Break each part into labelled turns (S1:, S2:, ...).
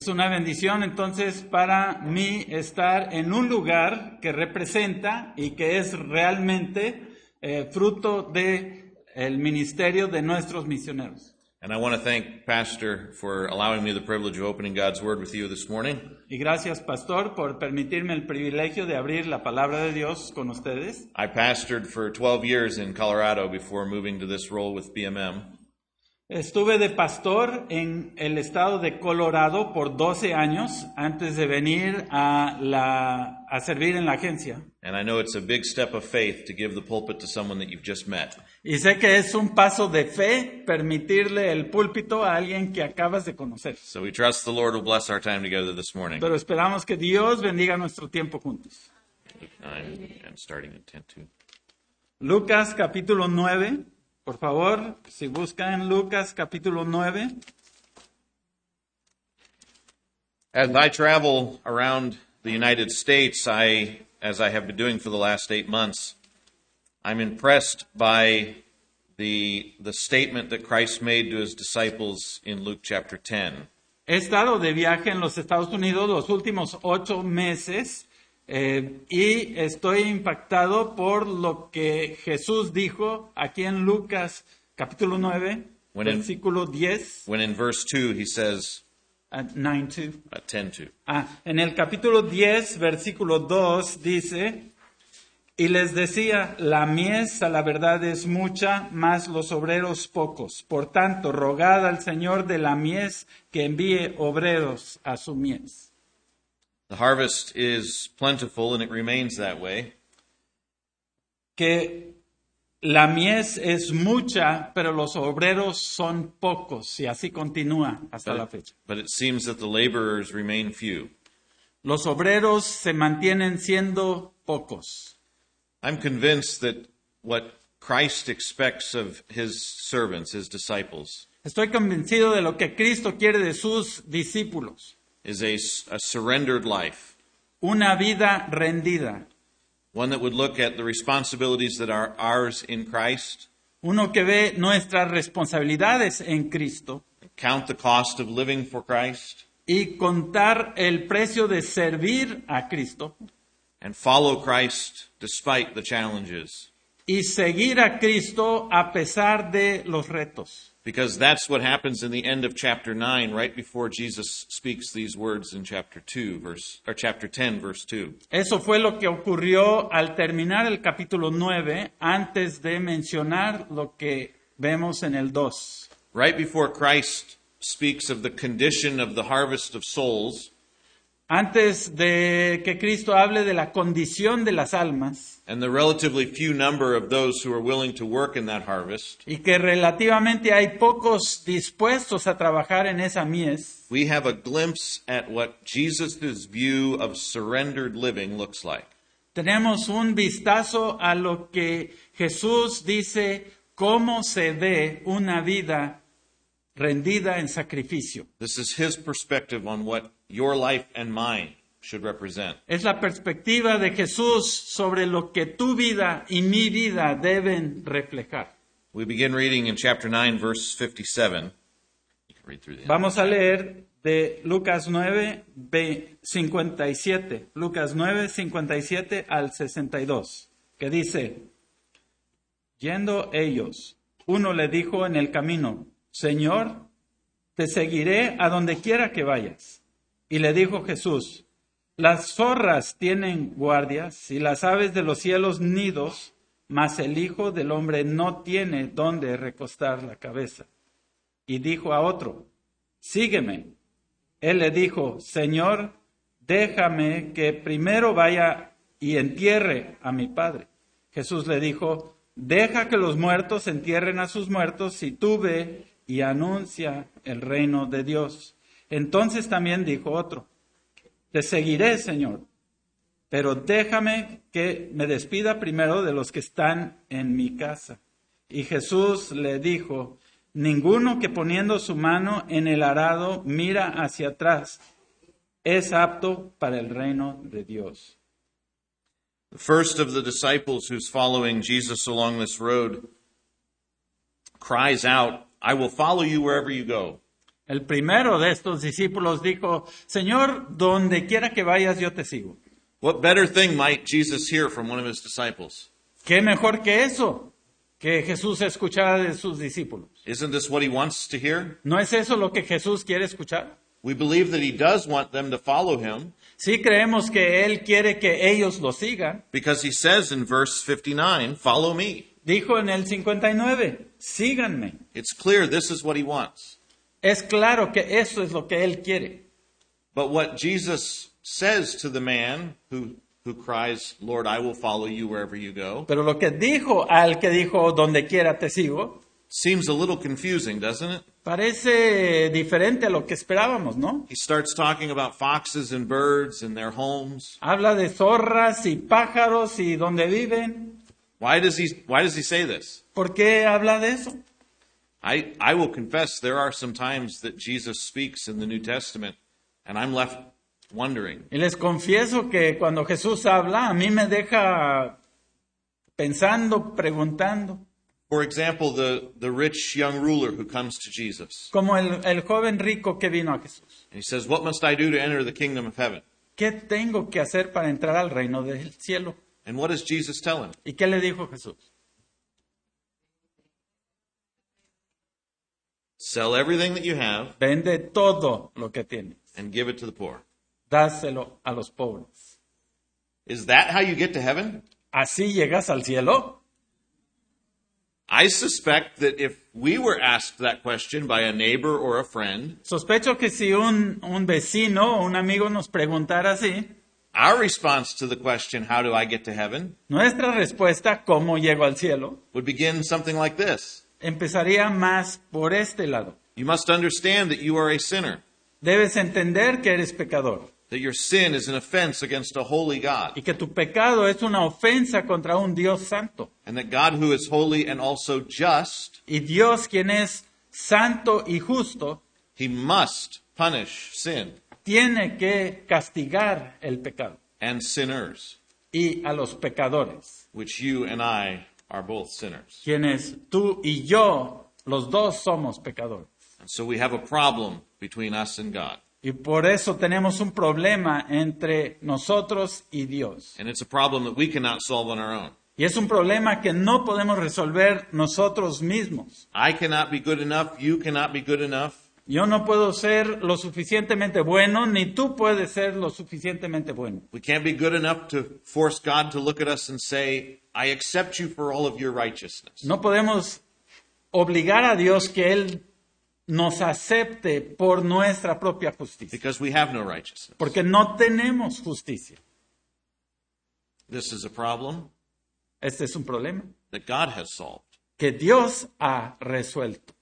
S1: Es una bendición entonces para mí estar en un lugar que representa y que es realmente eh, fruto de el ministerio de nuestros misioneros.
S2: And I want to thank Pastor for allowing me the privilege of opening God's Word with you this morning.
S1: Y gracias, pastor, por permitirme el privilegio de abrir la palabra de Dios con ustedes.
S2: I pastored for 12 years in Colorado before moving to this role with BMM.
S1: Estuve de pastor en el estado de Colorado por 12 años antes de venir a, la, a servir en la agencia.
S2: And I know it's a big step of faith to give the pulpit to someone that you've just met.
S1: Y sé que es un paso de fe permitirle el púlpito a alguien que acabas de conocer.
S2: So we trust the Lord will bless our time together this morning.
S1: Pero esperamos que Dios bendiga nuestro tiempo juntos.
S2: I'm, I'm starting at 10 too.
S1: Lucas capítulo 9, por favor, si buscan Lucas capítulo 9.
S2: As I travel around the United States, I, as I have been doing for the last eight months, I'm impressed by the, the statement that Christ made to his disciples in Luke chapter 10.
S1: He estado de viaje en los Estados Unidos los últimos ocho meses eh, y estoy impactado por lo que Jesús dijo aquí en Lucas capítulo 9,
S2: Bueno.
S1: versículo 10,
S2: When in verse 2, he says,
S1: ah, 9-2.
S2: uh, 10 2,
S1: Ah, en el capítulo 10, versículo 2 dice, y les decía, la mies a la verdad es mucha, mas los obreros pocos. Por tanto, rogad al Señor de la mies que envíe obreros a su mies.
S2: the harvest is plentiful and it remains that way,
S1: Que la mies es mucha, pero los obreros son pocos, y así continúa hasta la
S2: but it,
S1: fecha.
S2: but it seems that the laborers remain few.
S1: Los obreros se mantienen siendo pocos.
S2: I'm convinced that what Christ expects of his servants, his disciples,
S1: Estoy convencido de lo que Cristo quiere de sus discípulos,
S2: is a, s- a surrendered life,
S1: una vida rendida,
S2: one that would look at the responsibilities that are ours in Christ,
S1: uno que ve nuestras responsabilidades en Cristo
S2: count the cost of living for Christ,
S1: y contar el precio de servir a Cristo
S2: and follow Christ despite the challenges.
S1: y seguir a Cristo a pesar de los retos.
S2: Because that's what happens in the end of chapter 9, right before Jesus speaks these words in chapter 2, verse, or chapter 10, verse 2.
S1: Eso fue lo que ocurrió al terminar el capítulo 9 antes de mencionar lo que vemos en el 2.
S2: Right before Christ speaks of the condition of the harvest of souls,
S1: Antes de que Cristo hable de la condición de las almas,
S2: and the relatively few number of those who are willing to work in that harvest,
S1: y que relativamente hay pocos dispuestos a trabajar en esa mies,
S2: we have a glimpse at what Jesus' view of surrendered living looks like.
S1: tenemos un vistazo a lo que Jesús dice, cómo se ve una vida rendida en sacrificio.
S2: This is his perspective on what your life and mine should represent.
S1: Es la perspectiva de Jesús sobre lo que tu vida y mi vida deben reflejar.
S2: We begin reading in chapter 9, verse 57. You can read through the end.
S1: Vamos a leer de Lucas 9, ve- 57, Lucas 9, 57 al 62, que dice, yendo ellos, uno le dijo en el camino, Señor, te seguiré a donde quiera que vayas. Y le dijo Jesús, las zorras tienen guardias y las aves de los cielos nidos, mas el Hijo del Hombre no tiene dónde recostar la cabeza. Y dijo a otro, sígueme. Él le dijo, Señor, déjame que primero vaya y entierre a mi padre. Jesús le dijo, deja que los muertos entierren a sus muertos y tú ve y anuncia el reino de Dios. Entonces también dijo otro, te seguiré, Señor, pero déjame que me despida primero de los que están en mi casa. Y Jesús le dijo, ninguno que poniendo su mano en el arado mira hacia atrás es apto para el reino de Dios.
S2: The first of the disciples who's following Jesus along this road cries out, I will follow you wherever you go.
S1: El primero de estos discípulos dijo, Señor, donde quiera que vayas, yo te sigo.
S2: What better thing might Jesus hear from one of his disciples?
S1: ¿Qué mejor que eso que Jesús escuchara de sus discípulos?
S2: Isn't this what he wants to hear?
S1: ¿No es eso lo que Jesús quiere escuchar?
S2: We believe that he does want them to follow him
S1: Sí creemos que Él quiere que ellos lo sigan.
S2: because he says in verse 59, Follow me.
S1: Dijo en el 59, síganme.
S2: It's clear this is what he wants.
S1: Es claro que eso es lo que Él quiere.
S2: But what Jesus says to the man who, who cries, Lord, I will follow you wherever you go,
S1: Pero lo que dijo al que dijo, donde quiera te sigo,
S2: seems a little confusing, doesn't it?
S1: parece diferente a lo que esperábamos, ¿no?
S2: He starts talking about foxes and birds and their homes.
S1: Habla de zorras y pájaros y dónde viven.
S2: Why does he, why does he say this?
S1: ¿Por qué habla de eso?
S2: I, I will confess there are some times that Jesus speaks in the New Testament, and I'm left wondering
S1: Y les confieso que cuando Jesús habla, a mí me deja pensando, preguntando.
S2: For example, the, the rich young ruler who comes to Jesus
S1: Como el, el joven rico que vino a Jesús.
S2: and he says, What must I do to enter the kingdom of heaven?
S1: ¿Qué tengo que hacer para entrar al reino del cielo?
S2: And what does Jesus tell him?
S1: ¿Y qué le dijo Jesús?
S2: Sell everything that you have
S1: Vende todo lo que tienes,
S2: and give it to the poor.
S1: dáselo a los pobres.
S2: Is that how you get to heaven?
S1: ¿Así llegas al cielo?
S2: I suspect that if we were asked that question by a neighbor or a friend,
S1: Sospecho que si un, un vecino o un amigo nos preguntara así,
S2: our response to the question, How do I get to heaven?
S1: nuestra respuesta, ¿cómo llego al cielo?
S2: would begin something like this
S1: Empezaría más por este lado.
S2: You must understand that you are a sinner,
S1: Debes entender que eres pecador
S2: that your sin is an offense against a holy God,
S1: y que tu pecado es una ofensa contra un Dios santo.
S2: and that God, who is holy and also just,
S1: Y Dios, quien es santo y justo,
S2: he must punish sin
S1: tiene que castigar el pecado
S2: and sinners,
S1: y a los pecadores,
S2: which you and I are both sinners.
S1: quienes tú y yo, los dos somos pecadores.
S2: And so we have a problem between us and God.
S1: Y por eso tenemos un problema entre nosotros y Dios.
S2: And it's a problem that we cannot solve on our own.
S1: Y es un problema que no podemos resolver nosotros mismos.
S2: I cannot be good enough. You cannot be good enough.
S1: Yo no puedo ser lo suficientemente bueno, ni tú puedes ser lo suficientemente bueno.
S2: We can't be good enough to force God to look at us and say, I accept you for all of your righteousness.
S1: No podemos obligar a Dios que Él nos acepte por nuestra propia justicia.
S2: Because we have no righteousness.
S1: Porque no tenemos justicia.
S2: This is a problem
S1: Este es un problema
S2: that God has solved.
S1: que Dios ha resuelto.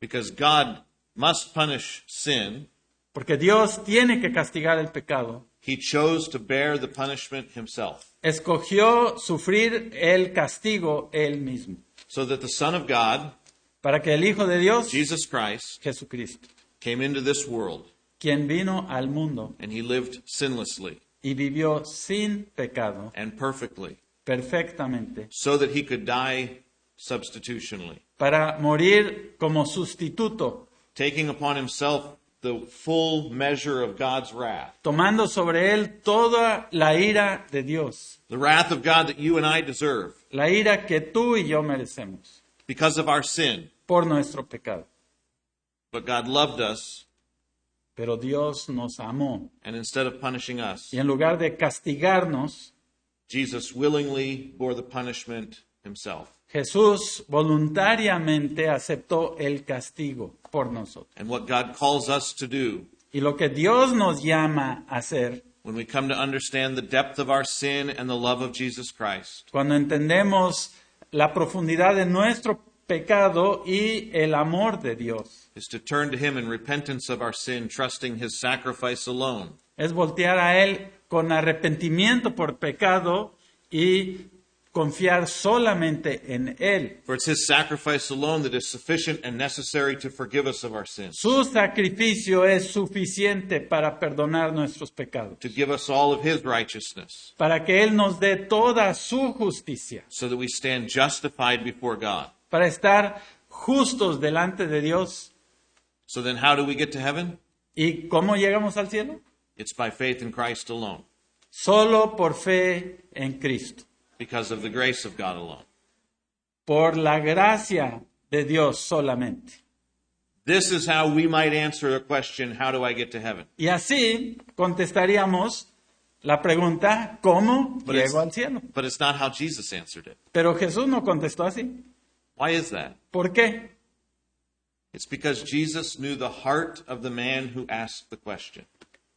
S2: Because God must punish sin.
S1: Porque Dios tiene que castigar el pecado.
S2: He chose to bear the punishment himself
S1: Escogió sufrir el castigo él mismo.
S2: so that the Son of God,
S1: Para que el Hijo de Dios,
S2: Jesus Christ,
S1: Jesucristo,
S2: came into this world
S1: quien vino al mundo
S2: and he lived sinlessly
S1: y vivió sin pecado,
S2: and perfectly
S1: perfectamente,
S2: so that he could die substitutionally.
S1: para morir como sustituto,
S2: taking upon himself the full measure of God's wrath,
S1: tomando sobre él toda la ira de Dios,
S2: the wrath of God that you and I deserve
S1: la ira que tú y yo merecemos
S2: because of our sin.
S1: por nuestro pecado.
S2: But God loved us,
S1: Pero Dios nos amó
S2: and instead of punishing us,
S1: y en lugar de castigarnos,
S2: Jesus willingly bore the punishment himself.
S1: Jesús voluntariamente aceptó el castigo por nosotros.
S2: And what God calls us to do
S1: Y lo que Dios nos llama a hacer,
S2: when we come to understand the depth of our sin and the love of Jesus Christ
S1: cuando entendemos la profundidad de nuestro pecado y el amor de Dios,
S2: is to turn to him in repentance of our sin, trusting his sacrifice alone
S1: es voltear a Él con arrepentimiento por pecado y confiar solamente en Él.
S2: For it's his sacrifice alone that is sufficient and necessary to forgive us of our sins,
S1: Su sacrificio es suficiente para perdonar nuestros pecados,
S2: to give us all of his righteousness,
S1: para que Él nos dé toda su justicia.
S2: so that we stand justified before God.
S1: para estar justos delante de Dios.
S2: So then, how do we get to heaven?
S1: ¿Y cómo llegamos al cielo?
S2: It's by faith in Christ alone,
S1: Solo por fe en Cristo,
S2: because of the grace of God alone.
S1: por la gracia de Dios solamente.
S2: This is how we might answer the question, How do I get to heaven?
S1: Y así contestaríamos la pregunta, ¿cómo
S2: But it's-
S1: llego al cielo?
S2: But it's not how Jesus answered it.
S1: Pero Jesús no contestó así.
S2: Why is that?
S1: ¿Por qué?
S2: It's because Jesus knew the heart of the man who asked the question.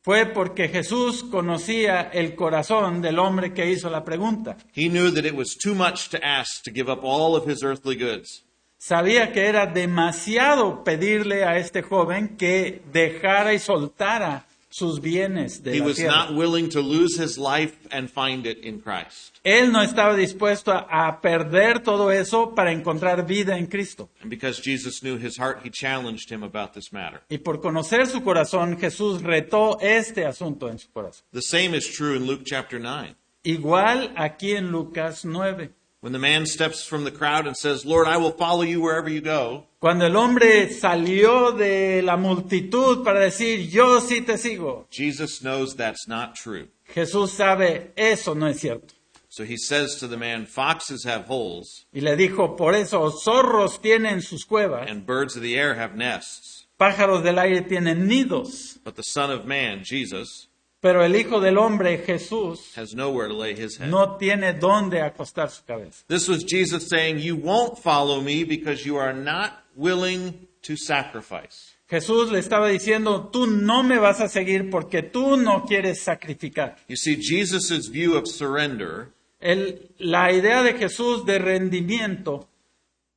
S1: Fue porque Jesús conocía el corazón del hombre que hizo la pregunta.
S2: He knew that it was too much to ask to give up all of his earthly goods.
S1: Sabía que era demasiado pedirle a este joven que dejara y soltara sus bienes de
S2: He
S1: la
S2: was
S1: tierra.
S2: not willing to lose his life and find it in Christ.
S1: Él no estaba dispuesto a, a perder todo eso para encontrar vida en Cristo.
S2: And because Jesus knew his heart, he challenged him about this matter.
S1: Y por conocer su corazón, Jesús retó este asunto en su corazón.
S2: The same is true in Luke chapter 9.
S1: Igual aquí en Lucas 9.
S2: When the man steps from the crowd and says, Lord, I will follow you wherever you go,
S1: Cuando el hombre salió de la multitud para decir, yo sí te sigo,
S2: Jesus knows that's not true.
S1: Jesús sabe, eso no es cierto.
S2: So he says to the man, Foxes have holes,
S1: Y le dijo, por eso zorros tienen sus cuevas,
S2: and birds of the air have nests,
S1: pájaros del aire tienen nidos,
S2: but the Son of Man, Jesus,
S1: pero el Hijo del Hombre, Jesús,
S2: has nowhere to lay his head.
S1: no tiene dónde acostar su cabeza.
S2: This was Jesus saying, You won't follow me because you are not willing to sacrifice.
S1: Jesús le estaba diciendo, tú no me vas a seguir porque tú no quieres sacrificar.
S2: You see, Jesus' view of surrender
S1: El- la idea de Jesús de rendimiento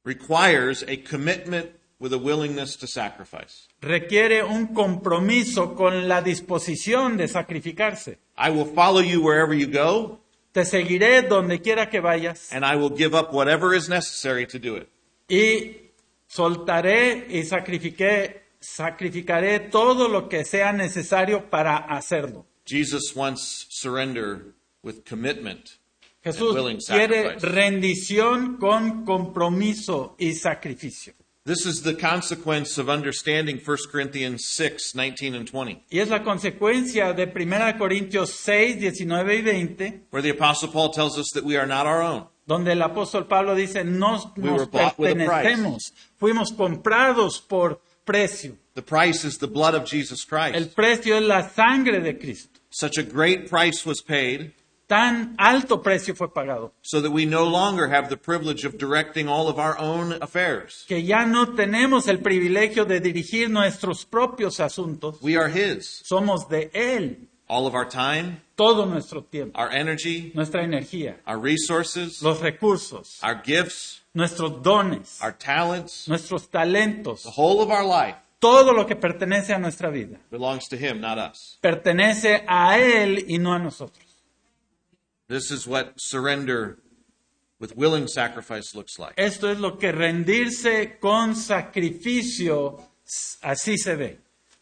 S2: requires a commitment with a willingness to sacrifice.
S1: requiere un compromiso con la disposición de sacrificarse.
S2: I will follow you wherever you go,
S1: Te seguiré donde quiera que vayas
S2: and I will give up whatever is necessary to do it.
S1: y soltaré y sacrifiqué, sacrificaré todo lo que sea necesario para hacerlo.
S2: Jesus wants surrender with commitment.
S1: Jesús
S2: willing
S1: quiere
S2: sacrifice.
S1: rendición con compromiso y sacrificio.
S2: This is the consequence of understanding 1 Corinthians 6, 19 and 20,
S1: Y es la consecuencia de 1 Corintios 6, 19 y 20,
S2: where the Apostle Paul tells us that we are not our own.
S1: donde el apóstol Pablo dice, nos,
S2: We
S1: nos
S2: were bought with a price.
S1: pertenecemos, fuimos comprados por precio.
S2: The price is the blood of Jesus Christ.
S1: El precio es la sangre de Cristo.
S2: Such a great price was paid
S1: Tan alto precio fue pagado
S2: so that we no longer have the privilege of directing all of our own affairs.
S1: que ya no tenemos el privilegio de dirigir nuestros propios asuntos.
S2: We are His.
S1: Somos de Él
S2: All of our time,
S1: todo nuestro tiempo,
S2: our energy,
S1: nuestra energía,
S2: our resources,
S1: los recursos,
S2: our gifts,
S1: nuestros dones,
S2: our talents,
S1: nuestros
S2: the
S1: talentos,
S2: whole of our life
S1: todo lo que pertenece a nuestra vida.
S2: belongs to Him, not us.
S1: Pertenece a Él y no a nosotros.
S2: This is what surrender with willing sacrifice looks like.
S1: Esto es lo que rendirse con sacrificio, s- así se ve.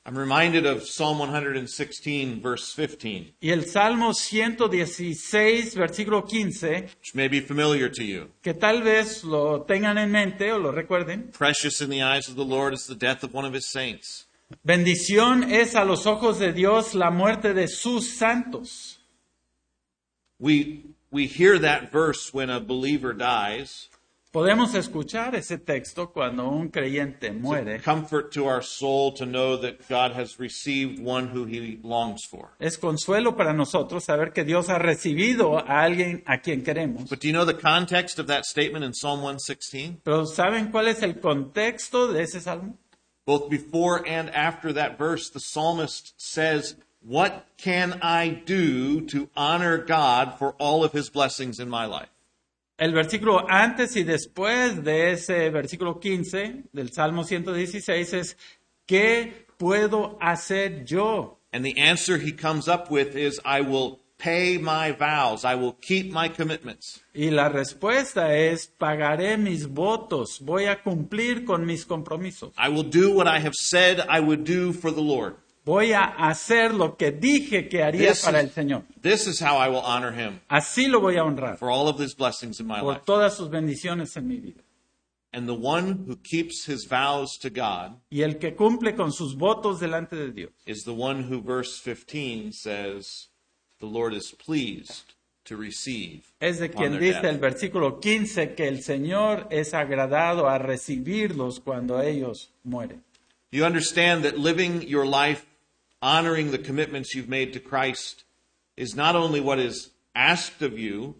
S2: I'm reminded of Psalm 116, verse 15,
S1: Y el Salmo 116, versículo 15,
S2: which may be familiar to you.
S1: que tal vez lo tengan en mente o lo recuerden.
S2: Precious in the eyes of the Lord is the death of one of His saints.
S1: Bendición es a los ojos de Dios la muerte de sus santos.
S2: We we hear that verse when a believer dies.
S1: Podemos escuchar ese texto cuando un creyente muere.
S2: Comfort to our soul to know that God has received one who he longs for.
S1: Es consuelo para nosotros saber que Dios ha recibido a alguien a quien queremos.
S2: But do you know the context of that statement in Psalm 116?
S1: Pero ¿saben cuál es el contexto de ese salmo?
S2: Both before and after that verse, the psalmist says, "What can I do to honor God for all of his blessings in my life?"
S1: El versículo antes y después de ese versículo 15 del Salmo 116 es, ¿qué puedo hacer yo?
S2: And the answer he comes up with is, "I will pay my vows. I will keep my commitments."
S1: Y la respuesta es, pagaré mis votos, voy a cumplir con mis compromisos,
S2: I will do what I have said I would do for the Lord.
S1: voy a hacer lo que dije que haría
S2: This
S1: para
S2: is-
S1: el Señor.
S2: This is how I will honor him
S1: Así lo voy a honrar
S2: for all of his blessings in my
S1: por
S2: life.
S1: todas sus bendiciones en mi vida.
S2: and the one who keeps his vows to God
S1: Y el que cumple con sus votos delante de Dios.
S2: is the one who, verse 15 says, the Lord is pleased to receive.
S1: Es de
S2: upon
S1: quien
S2: their
S1: dice
S2: death."
S1: el versículo 15 que el Señor es agradado a recibirlos cuando ellos mueren.
S2: You understand that living your life honoring the commitments you've made to Christ is not only what is asked of you,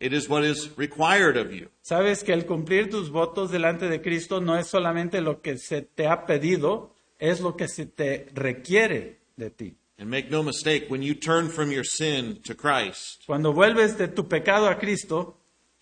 S2: it is what is required of you.
S1: Sabes que el cumplir tus votos delante de Cristo no es solamente lo que se te ha pedido, es lo que se te requiere de ti.
S2: And make no mistake, when you turn from your sin to Christ,
S1: Cuando vuelves de tu pecado a Cristo,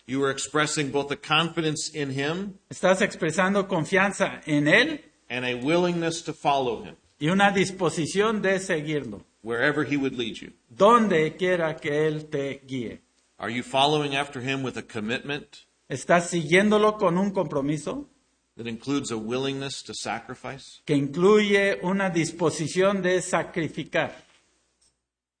S2: you are expressing both a confidence in Him
S1: estás expresando confianza en Él
S2: and a willingness to follow Him
S1: y una disposición de seguirlo,
S2: wherever He would lead you.
S1: donde quiera que Él te guíe.
S2: Are you following after Him with a commitment
S1: ¿Estás siguiéndolo con un compromiso?
S2: that includes a willingness to sacrifice?
S1: que incluye una disposición de sacrificar.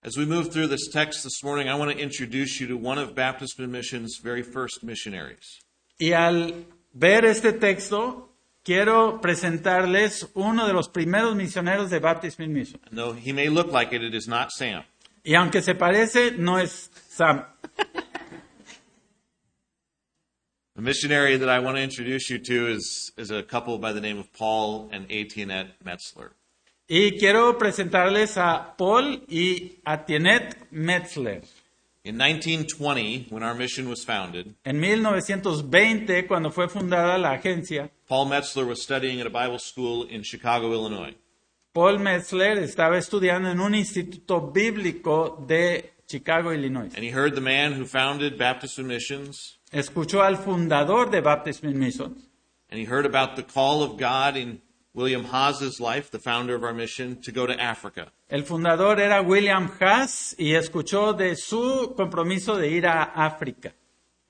S2: As we move through this text this morning, I want to introduce you to one of Baptist Mission's very first missionaries.
S1: Y al ver este texto, quiero presentarles uno de los primeros misioneros de Baptist Field Mission.
S2: And though he may look like it, it is not Sam.
S1: Y aunque se parece, no es Sam.
S2: The missionary that I want to introduce you to is, is a couple by the name of Paul and Etienne Metzler.
S1: Y quiero presentarles a Paul y a Tienet Metzler.
S2: In 1920, when our mission was founded,
S1: En 1920, cuando fue fundada la agencia,
S2: Paul Metzler was studying at a Bible school in Chicago, Illinois.
S1: Paul Metzler estaba estudiando en un instituto bíblico de Chicago, Illinois.
S2: And he heard the man who founded Baptist Missions,
S1: Escuchó al fundador de Baptist Field Mission
S2: and he heard about the call of God in William Haas's life, the founder of our mission, to go to Africa.
S1: El fundador era William Haas y escuchó de su compromiso de ir a África.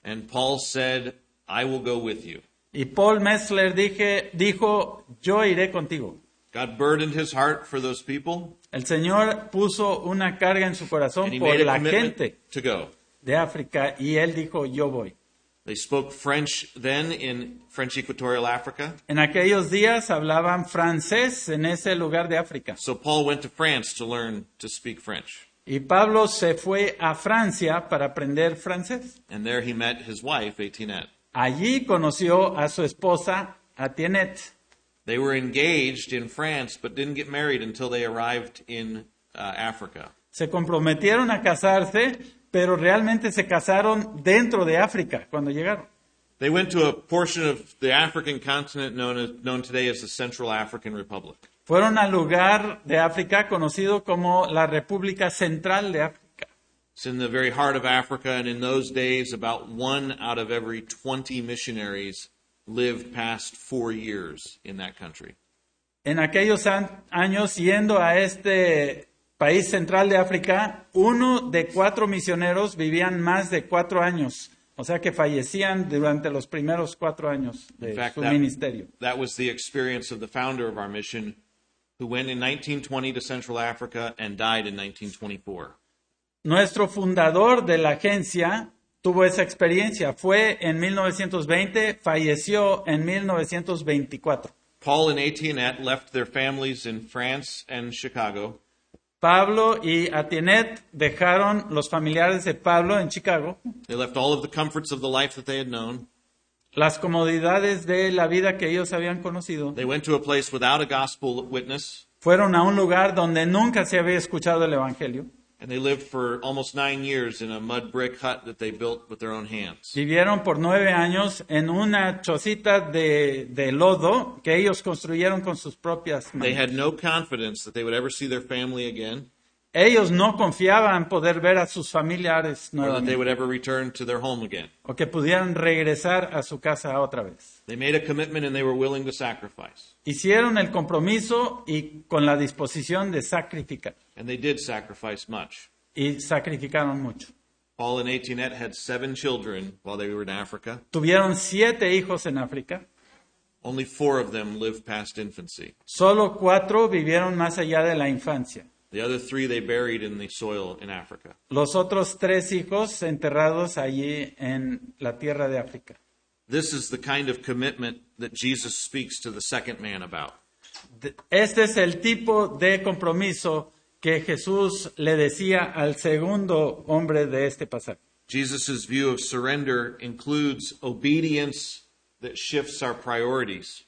S2: And Paul said, I will go with you.
S1: Y Paul Messler dije- dijo, yo iré contigo.
S2: God burdened his heart for those people,
S1: El Señor puso una carga en su corazón
S2: and he
S1: por
S2: made a
S1: la
S2: commitment
S1: gente
S2: to go.
S1: de África y él dijo, yo voy.
S2: They spoke French then in French Equatorial Africa.
S1: En aquellos días hablaban francés en ese lugar de África.
S2: So Paul went to France to learn to speak French.
S1: Y Pablo se fue a Francia para aprender francés.
S2: And there he met his wife, Etienne.
S1: Allí conoció a su esposa, Atienet.
S2: They were engaged in France but didn't get married until they arrived in uh, Africa.
S1: Se comprometieron a casarse, pero realmente se casaron dentro de África cuando llegaron.
S2: They went to a portion of the African continent known, as, known today as the Central African Republic.
S1: Fueron al lugar de África conocido como la República Central de África.
S2: It's in the very heart of Africa, and in those days, about one out of every 20 missionaries lived past four years in that country.
S1: En aquellos an- años, yendo a este país central de África, uno de cuatro misioneros vivían más de cuatro años, o sea que fallecían durante los primeros cuatro años de
S2: In fact,
S1: su
S2: that-
S1: ministerio.
S2: That was the experience of the founder of our mission, who went in 1920 to Central Africa and died in 1924.
S1: Nuestro fundador de la agencia tuvo esa experiencia. Fue en 1920, falleció en 1924.
S2: Paul and Etienne left their families in France and Chicago
S1: Pablo y Atienet dejaron los familiares de Pablo en Chicago,
S2: They left all of the comforts of the life that they had known.
S1: las comodidades de la vida que ellos habían conocido.
S2: They went to a place without a gospel witness,
S1: Fueron a un lugar donde nunca se había escuchado el Evangelio.
S2: and they lived for almost nine years in a mud brick hut that they built with their own hands.
S1: Vivieron por nueve años en una chocita de, de lodo que ellos construyeron con sus propias manos.
S2: They had no confidence that they would ever see their family again
S1: Ellos no confiaban poder ver a sus familiares
S2: or that
S1: nuevamente.
S2: they would ever return to their home again.
S1: o que pudieran regresar a su casa otra vez.
S2: They made a commitment and they were willing to sacrifice.
S1: Hicieron el compromiso y con la disposición de sacrificar.
S2: And they did sacrifice much.
S1: Y sacrificaron mucho.
S2: Paul and Etienne had seven children while they were in Africa.
S1: Tuvieron siete hijos en África.
S2: Only four of them lived past infancy.
S1: Solo cuatro vivieron más allá de la infancia.
S2: The other three they buried in the soil in Africa.
S1: Los otros tres hijos enterrados allí en la tierra de África.
S2: This is the kind of commitment that Jesus speaks to the second man about.
S1: Este es el tipo de compromiso que Jesús le decía al segundo hombre de este pasaje.
S2: Jesus' view of surrender includes obedience that shifts our priorities.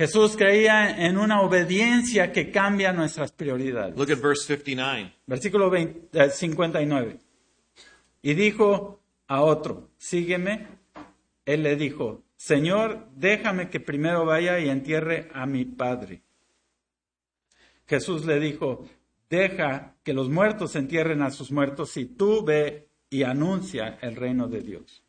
S1: Jesús creía en una obediencia que cambia nuestras prioridades.
S2: Look at verse 59.
S1: Versículo 20, eh, 59. Y dijo a otro, sígueme. Él le dijo, Señor, déjame que primero vaya y entierre a mi padre. Jesús le dijo, deja que los muertos entierren a sus muertos y tú ve y anuncia el reino de Dios.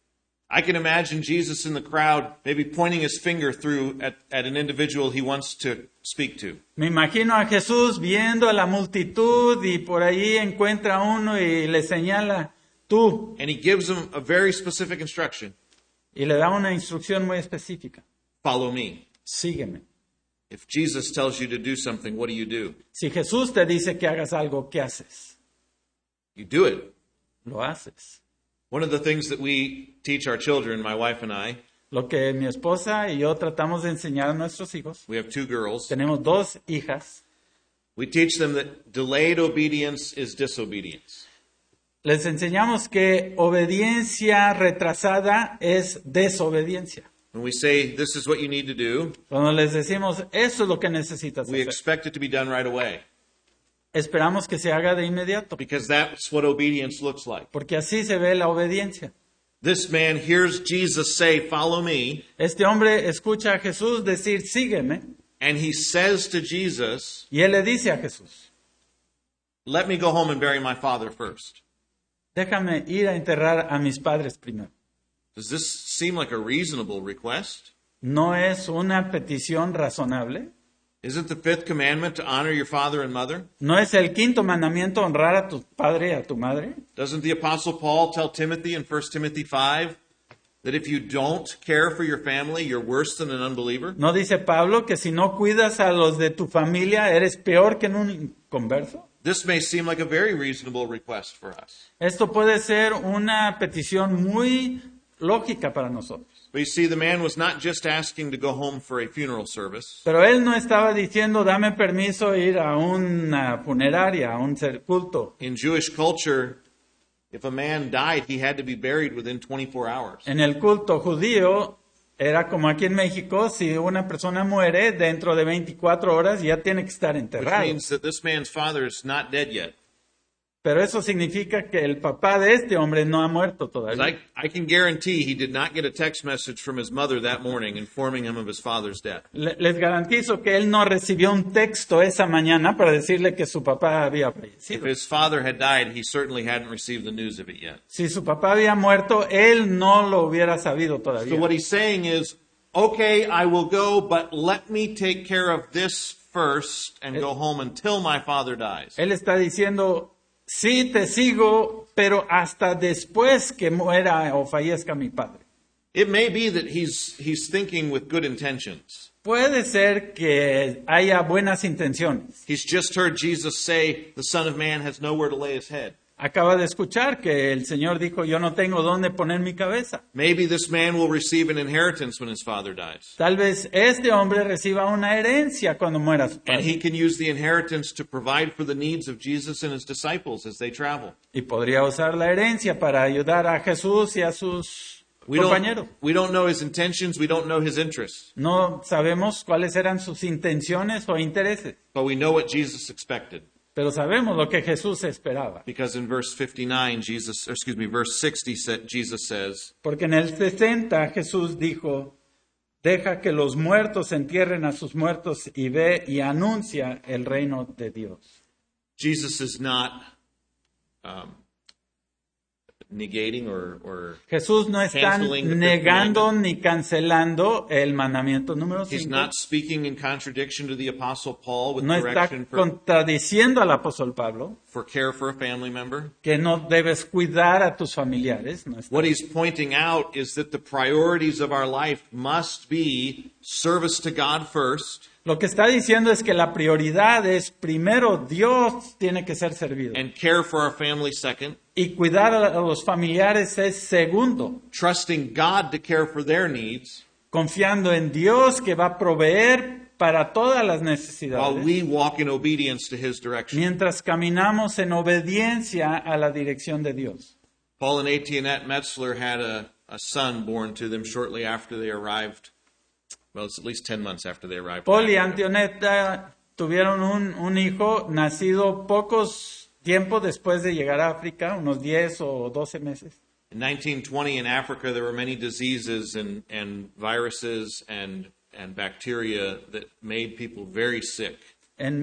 S2: I can imagine Jesus in the crowd maybe pointing his finger through at, at an individual he wants to speak to.
S1: Me imagino a Jesús viendo a la multitud y por allí encuentra a uno y le señala, tú,
S2: And he gives him a very specific instruction
S1: y le da una instrucción muy específica,
S2: follow me.
S1: sígueme.
S2: If Jesus tells you to do something, what do you do?
S1: Si Jesús te dice que hagas algo, ¿qué haces?
S2: You do it.
S1: Lo haces.
S2: One of the things that we teach our children, my wife and I,
S1: Lo que mi esposa y yo tratamos de enseñar a nuestros hijos,
S2: we have two girls,
S1: tenemos dos hijas,
S2: we teach them that delayed obedience is disobedience.
S1: les enseñamos que obediencia retrasada es desobediencia.
S2: When we say, this is what you need to do,
S1: Cuando les decimos, eso es lo que necesitas
S2: we
S1: hacer,
S2: expect it to be done right away
S1: esperamos que se haga de inmediato,
S2: because that's what obedience looks like.
S1: porque así se ve la obediencia.
S2: This man hears Jesus say, Follow me,
S1: Este hombre escucha a Jesús decir, sígueme,
S2: and he says to Jesus,
S1: y él le dice a Jesús,
S2: Let me go home and bury my father first.
S1: déjame ir a enterrar a mis padres primero.
S2: Does this seem like a reasonable request?
S1: ¿No es una petición razonable?
S2: Isn't the fifth commandment to honor your father and mother?
S1: ¿No es el quinto mandamiento honrar a tu padre y a tu madre?
S2: Doesn't the Apostle Paul tell Timothy in 1 Timothy 5 that if you don't care for your family, you're worse than an unbeliever?
S1: ¿No dice Pablo que si no cuidas a los de tu familia eres peor que en un converso?
S2: This may seem like a very reasonable request for us.
S1: Esto puede ser una petición muy lógica para nosotros.
S2: But you see, the man was not just asking to go home for a funeral service.
S1: Pero él no estaba diciendo, dame permiso ir a una funeraria, a un ser- culto.
S2: In Jewish culture, if a man died, he had to be buried within 24 hours.
S1: En el culto judío era como aquí en México, si una persona muere dentro de 24 horas ya tiene que estar
S2: Which
S1: enterrado.
S2: means that this man's father is not dead yet.
S1: Pero eso significa que el papá de este hombre no ha muerto
S2: 'Cause
S1: todavía.
S2: I, I can guarantee he did not get a text message from his mother that morning informing him of his father's death.
S1: Le- Les garantizo que él no recibió un texto esa mañana para decirle que su papá había
S2: If
S1: fallecido.
S2: his father had died, he certainly hadn't received the news of it yet.
S1: Si su papá había muerto, él no lo hubiera sabido
S2: So
S1: todavía.
S2: what he's saying is, okay, I will go, but let me take care of this first and go home until my father dies.
S1: Él está diciendo, sí te sigo, pero hasta después que muera o fallezca mi padre.
S2: It may be that he's he's thinking with good intentions.
S1: Puede ser que haya buenas intenciones.
S2: He's just heard Jesus say, The Son of Man has nowhere to lay his head.
S1: Acaba de escuchar que el Señor dijo, yo no tengo dónde poner mi cabeza.
S2: Maybe this man will receive an inheritance when his father dies.
S1: Tal vez este hombre reciba una herencia cuando muera su
S2: And
S1: padre.
S2: he can use the inheritance to provide for the needs of Jesus and his disciples as they travel.
S1: Y podría usar la herencia para ayudar a Jesús y a sus
S2: We
S1: compañeros.
S2: don't, we don't know his intentions, we don't know his interests,
S1: No sabemos cuáles eran sus intenciones o intereses,
S2: but we know what Jesus expected.
S1: pero sabemos lo que Jesús esperaba.
S2: Because in verse 59, Jesus, or excuse me, verse 60, sa- Jesus says,
S1: Porque en el 60 Jesús dijo, deja que los muertos entierren a sus muertos y ve y anuncia el reino de Dios.
S2: Jesus is not um, negating or, or
S1: Jesús no está
S2: Canceling the fifth
S1: negando ni cancelando el mandamiento número
S2: He's
S1: 5.
S2: not speaking in contradiction to the Apostle Paul with
S1: No está
S2: direction for,
S1: contradiciendo al apóstol Pablo.
S2: for care for a family member.
S1: que no debes cuidar a tus familiares. ¿no?
S2: What he's pointing out is that the priorities of our life must be service to God first,
S1: Lo que está diciendo es que la prioridad es primero Dios tiene que ser servido
S2: and care for our family second,
S1: y cuidar a a los familiares es segundo,
S2: trusting God to care for their needs
S1: confiando en Dios que va a proveer para todas las
S2: while
S1: necesidades.
S2: we walk in obedience to his direction.
S1: mientras caminamos en obediencia a la dirección de Dios.
S2: Paul and Etienne Metzler had a, a son born to them shortly after they arrived. Well, it's at least 10 months after they arrived.
S1: Paul y Antioneta tuvieron un, un hijo nacido pocos tiempos después de llegar a África, unos 10 o 12 meses.
S2: In 1920 in Africa, there were many diseases and, and viruses and, and bacteria that made people very sick.
S1: En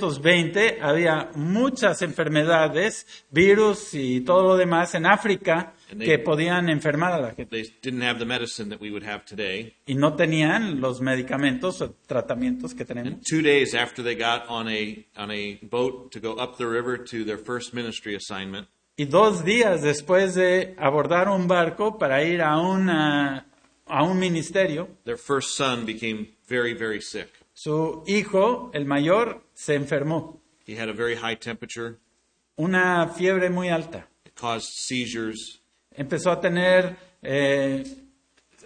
S1: 1920 había muchas enfermedades, virus y todo lo demás en África que podían enfermar a la gente
S2: They didn't have the medicine that we would have today.
S1: y no tenían los medicamentos o tratamientos que tenemos.
S2: And two days after they got on a, on a boat to go up the river to their first ministry assignment,
S1: Y dos días después de abordar un barco para ir a, una, a un ministerio,
S2: their first son became very, very sick.
S1: su hijo, el mayor, se enfermó.
S2: He had a very high temperature.
S1: Una fiebre muy alta.
S2: It caused seizures.
S1: Empezó a tener, eh,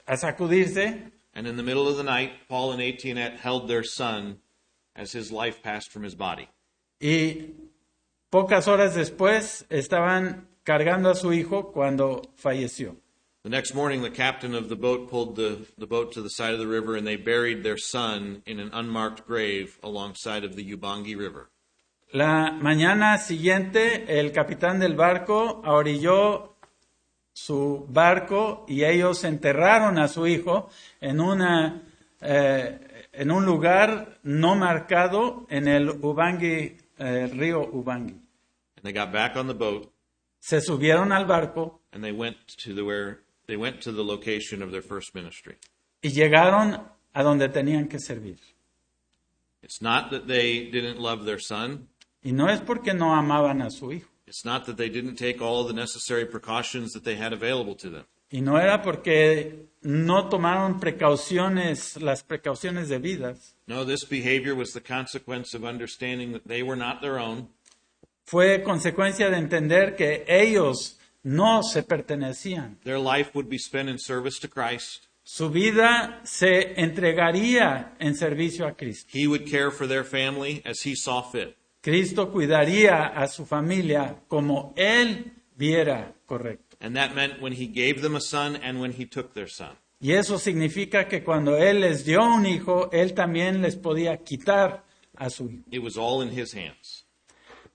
S1: a sacudirse.
S2: And in the middle of the night, Paul and Atinette held their son as his life passed from his body.
S1: Y pocas horas después estaban cargando a su hijo cuando falleció.
S2: The next morning, the captain of the boat pulled the, the boat to the side of the river and they buried their son in an unmarked grave alongside of the Ubangi River.
S1: La mañana siguiente, el capitán del barco orilló su barco y ellos enterraron a su hijo en, una, eh, en un lugar no marcado en el Ubangi, eh, río Ubangi.
S2: And they got back on the boat
S1: Se subieron al barco
S2: and they went to the where they went to the location of their first ministry.
S1: y llegaron a donde tenían que servir.
S2: It's not that they didn't love their son.
S1: Y no es porque no amaban a su hijo,
S2: It's not that they didn't take all the necessary precautions that they had available to them.
S1: y no era porque no tomaron precauciones, las precauciones debidas.
S2: No, this behavior was the consequence of understanding that they were not their own,
S1: fue consecuencia de entender que ellos no se pertenecían.
S2: their life would be spent in service to Christ.
S1: Su vida se entregaría en servicio a Cristo.
S2: He would care for their family as he saw fit.
S1: Cristo cuidaría a su familia como Él viera correcto.
S2: And that meant when he gave them a son and when he took their son.
S1: Y eso significa que cuando Él les dio un hijo, Él también les podía quitar a su hijo.
S2: It was all in his hands.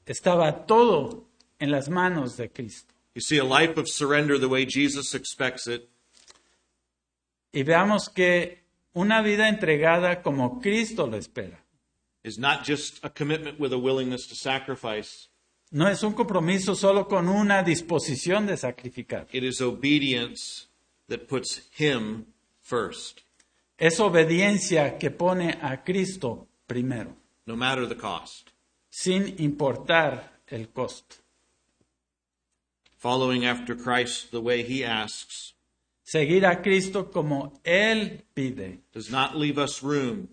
S1: Estaba todo en las manos de Cristo.
S2: You see, a life of surrender the way Jesus expects it
S1: Y veamos que una vida entregada como Cristo lo espera.
S2: is not just a commitment with a willingness to sacrifice,
S1: No es un compromiso solo con una disposición de sacrificar.
S2: it is obedience that puts him first,
S1: Es obediencia que pone a Cristo primero,
S2: no matter the cost.
S1: sin importar el costo.
S2: Following after Christ the way he asks
S1: Seguir a Cristo como Él pide.
S2: does not leave us room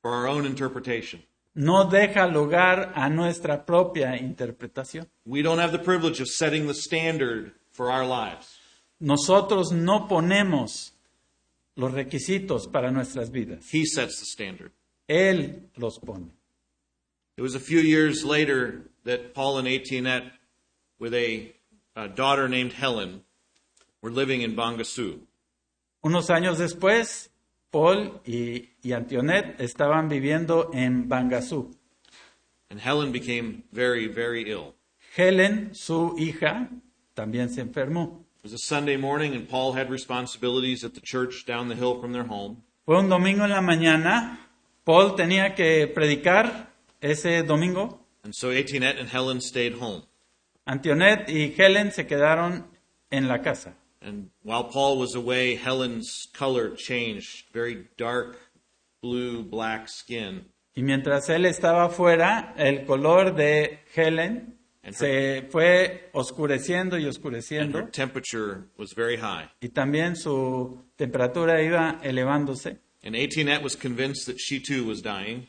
S2: for our own interpretation.
S1: No deja lugar a nuestra propia interpretación.
S2: We don't have the privilege of setting the standard for our lives.
S1: Nosotros no ponemos los requisitos para nuestras vidas.
S2: He sets the standard.
S1: Él los pone.
S2: It was a few years later that Paul and Atinette, with a, a daughter named Helen, were living in Bangasu.
S1: Unos años después, Paul y, y Antionet estaban viviendo en Bangasú.
S2: And Helen became very, very ill.
S1: Helen, su hija, también se enfermó.
S2: It was a Sunday morning, and Paul had responsibilities at the church down the hill from their home.
S1: Fue un domingo en la mañana. Paul tenía que predicar ese domingo.
S2: And so Atinette and Helen stayed home.
S1: Antionet y Helen se quedaron en la casa.
S2: And while Paul was away, Helen's color changed very dark blue black skin.
S1: Y mientras él estaba fuera, el color de Helen se fue oscureciendo y
S2: And her
S1: oscureciendo.
S2: temperature was very high.
S1: Y también su temperatura iba elevándose.
S2: And Ationette was convinced that she too was dying.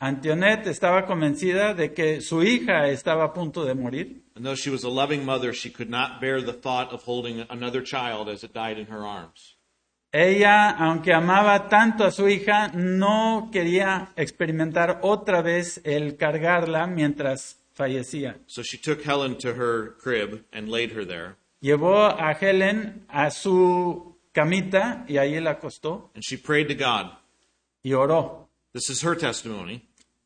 S1: Antionette estaba convencida de que su hija estaba a punto de morir,
S2: And though she was a loving mother, she could not bear the thought of holding another child as it died in her arms.
S1: Ella, aunque amaba tanto a su hija, no quería experimentar otra vez el cargarla mientras fallecía.
S2: So she took Helen to her crib and laid her there.
S1: Llevó a Helen a su camita y ahí la acostó
S2: And she prayed to God.
S1: y oró.
S2: This is her testimony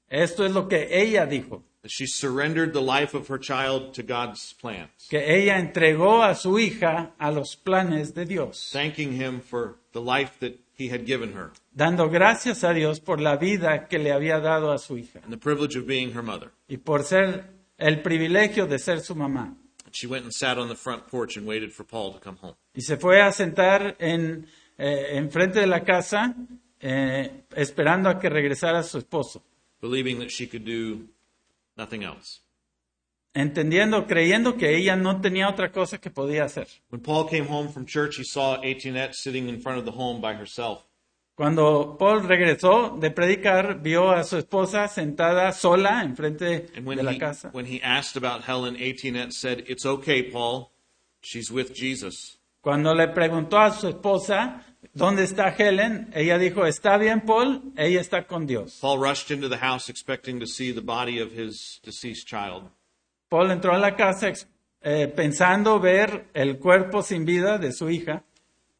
S1: Esto es lo que ella dijo,
S2: that she surrendered the life of her child to God's plans,
S1: que ella entregó a su hija a los planes de Dios,
S2: thanking Him for the life that He had given her
S1: dando gracias a Dios por la vida que le había dado a su hija
S2: and the privilege of being her mother.
S1: y por ser el privilegio de ser su mamá.
S2: And she went and sat on the front porch and waited for Paul to come home.
S1: Y se fue a sentar en, eh, enfrente de la casa, eh, esperando a que regresara su esposo,
S2: believing that she could do nothing else.
S1: entendiendo, creyendo que ella no tenía otra cosa que podía hacer.
S2: When Paul came home from church, he saw Atinette sitting in front of the home by herself.
S1: Cuando Paul regresó de predicar, vio a su esposa sentada sola enfrente
S2: And when,
S1: de la
S2: he,
S1: casa.
S2: when he asked about Helen, Atinette said, It's okay, Paul. She's with Jesus.
S1: Cuando le preguntó a su esposa, ¿dónde está Helen? Ella dijo, está bien, Paul, ella está con Dios.
S2: Paul rushed into the house expecting to see the body of his deceased child.
S1: Paul entró a la casa ex- eh, pensando ver el cuerpo sin vida de su hija.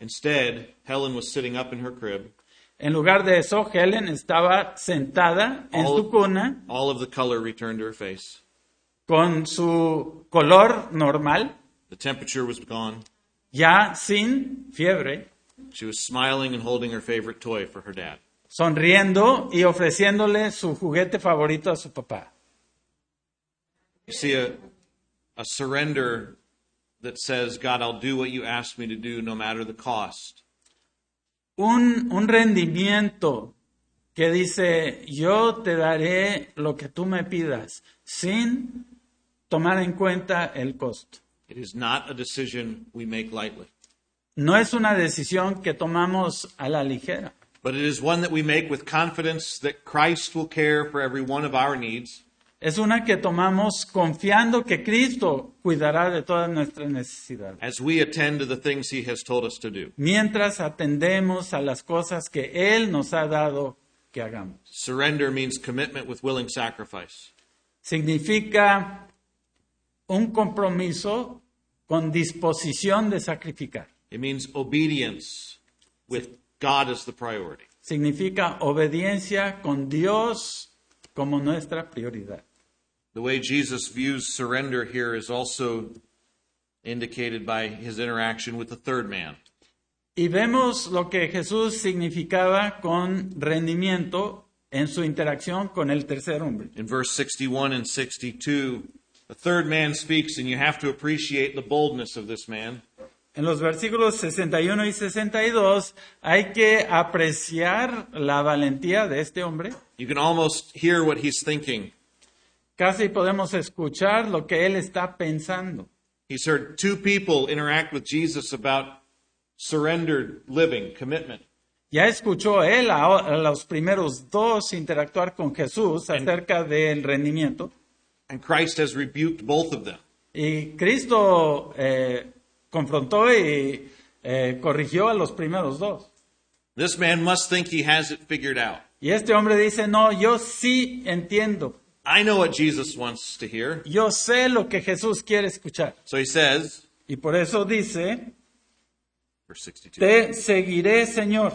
S2: Instead, Helen was sitting up in her crib.
S1: En lugar de eso, Helen estaba sentada en
S2: All-
S1: su cuna
S2: All of the color returned to her face.
S1: con su color normal,
S2: The temperature was gone.
S1: ya sin fiebre,
S2: She was smiling and holding her favorite toy for her dad.
S1: sonriendo y ofreciéndole su juguete favorito a su papá.
S2: You see a, a surrender that says, God, I'll do what you ask me to do no matter the cost.
S1: Un, un rendimiento que dice, yo te daré lo que tú me pidas, sin tomar en cuenta el costo.
S2: It is not a decision we make lightly,
S1: No es una decisión que tomamos a la ligera.
S2: but it is one that we make with confidence that Christ will care for every one of our needs
S1: Es una que tomamos confiando que Cristo cuidará de todas nuestras necesidades.
S2: as we attend to the things he has told us to do.
S1: Mientras atendemos a las cosas que Él nos ha dado que hagamos.
S2: Surrender means commitment with willing sacrifice.
S1: Significa un compromiso con disposición de sacrificar.
S2: It means obedience with God as the priority.
S1: Significa obediencia con Dios como nuestra prioridad.
S2: The way Jesus views surrender here is also indicated by his interaction with the third man.
S1: Y vemos lo que Jesús significaba con rendimiento en su interacción con el tercer hombre.
S2: In verse 61 and 62, the third man speaks, and you have to appreciate the boldness of this man.
S1: En los versículos 61 y 62 hay que apreciar la valentía de este hombre.
S2: You can almost hear what he's thinking.
S1: Casi podemos escuchar lo que él está pensando.
S2: He's heard two people interact with Jesus about surrendered living, commitment.
S1: Ya escuchó él a, a los primeros dos interactuar con Jesús acerca del rendimiento
S2: And Christ has rebuked both of them.
S1: y Cristo eh, confrontó y eh, corrigió a los primeros dos.
S2: This man must think he has it figured out.
S1: Y este hombre dice, no, yo sí entiendo,
S2: I know what Jesus wants to hear.
S1: yo sé lo que Jesús quiere escuchar.
S2: So he says,
S1: Y por eso dice,
S2: verse 62.
S1: Te seguiré, Señor,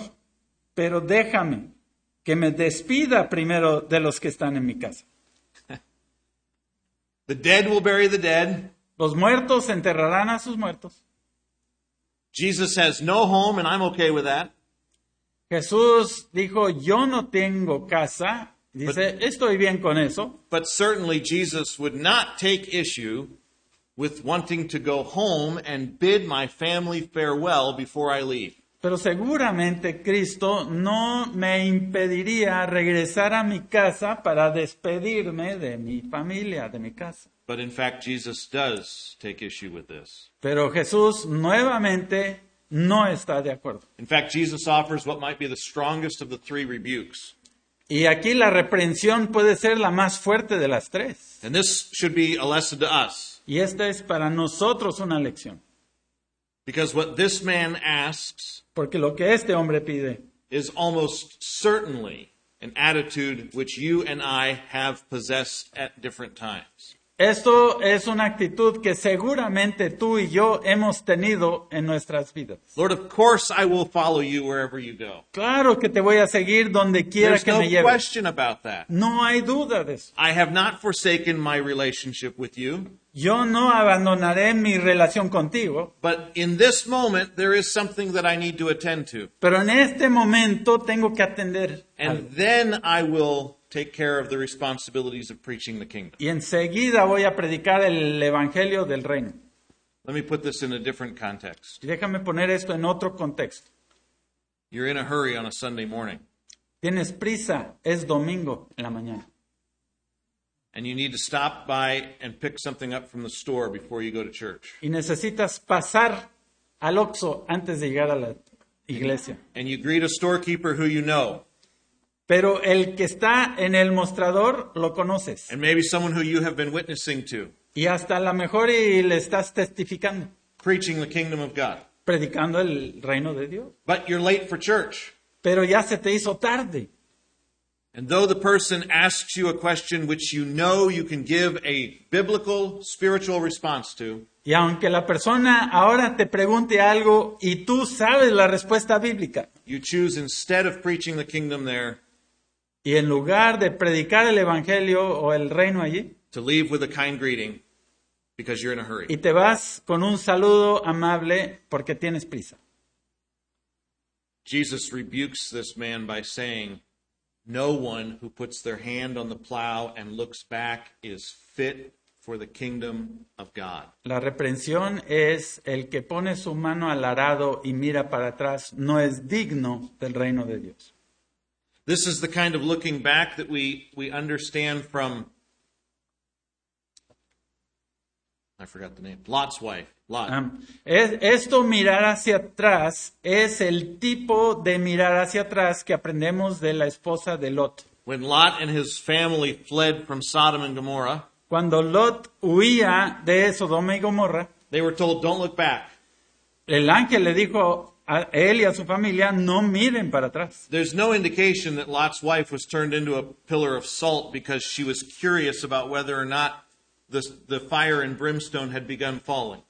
S1: pero déjame que me despida primero de los que están en mi casa.
S2: The dead will bury the dead.
S1: Los muertos enterrarán a sus muertos.
S2: Jesus has no home, and I'm okay with that.
S1: Jesús dijo, yo no tengo casa. Dice, estoy bien con eso,
S2: But certainly, Jesus would not take issue with wanting to go home and bid my family farewell before I leave.
S1: pero seguramente Cristo no me impediría regresar a mi casa para despedirme de mi familia, de mi casa.
S2: But in fact, Jesus does take issue with this.
S1: Pero Jesús nuevamente no está de acuerdo.
S2: In fact, Jesus offers what might be the strongest of the three rebukes.
S1: Y aquí la reprensión puede ser la más fuerte de las tres.
S2: And this should be a lesson to us
S1: Y esta es para nosotros una lección.
S2: because what this man asks
S1: Porque lo que este hombre pide
S2: is almost certainly an attitude which you and I have possessed at different times.
S1: Esto es una actitud que seguramente tú y yo hemos tenido en nuestras vidas.
S2: Lord, of course I will follow you wherever you go.
S1: Claro que te voy a seguir donde quiera
S2: There's
S1: que
S2: no
S1: me lleves.
S2: question about that.
S1: No hay duda de eso.
S2: I have not forsaken my relationship with you,
S1: Yo no abandonaré mi relación contigo,
S2: but in this moment there is something that I need to attend to.
S1: pero en este momento tengo que atender. algo.
S2: And then I will take care of the responsibilities of preaching the kingdom.
S1: Y enseguida voy a predicar el Evangelio del Reino.
S2: Let me put this in a different context.
S1: Y déjame poner esto en otro contexto.
S2: You're in a hurry on a Sunday morning,
S1: Tienes prisa, es domingo en la mañana.
S2: and you need to stop by and pick something up from the store before you go to church.
S1: Y necesitas pasar al Oxo antes de llegar a la iglesia.
S2: And you greet a storekeeper who you know,
S1: Pero el que está en el mostrador lo conoces.
S2: and maybe someone who you have been witnessing to,
S1: Y hasta a lo mejor y le estás testificando,
S2: preaching the kingdom of God.
S1: predicando el reino de Dios.
S2: But you're late for church.
S1: Pero ya se te hizo tarde.
S2: And though the person asks you a question which you know you can give a biblical, spiritual response to,
S1: Y aunque la persona ahora te pregunte algo y tú sabes la respuesta bíblica,
S2: you choose instead of preaching the kingdom there
S1: y en lugar de predicar el evangelio o el reino allí,
S2: to leave with a kind greeting because you're in a
S1: y
S2: hurry.
S1: te vas con un saludo amable porque tienes prisa.
S2: Jesus rebukes this man by saying, No one who puts their hand on the plow and looks back is fit for the kingdom of God.
S1: La reprensión es el que pone su mano al arado y mira para atrás no es digno del reino de Dios.
S2: This is the kind of looking back that we, we understand from, I forgot the name, Lot's wife, Lot.
S1: Am, es- esto mirar hacia atrás es el tipo de mirar hacia atrás que aprendemos de la esposa de Lot.
S2: when Lot and his family fled from Sodom and Gomorrah,
S1: Cuando Lot huía de Sodoma y Gomorra,
S2: they were told, Don't look back.
S1: el ángel le dijo a él y a su familia, no miren para atrás.
S2: There's no indication that Lot's wife was turned into a pillar of salt because she was curious about whether or not the, the fire and brimstone had begun falling.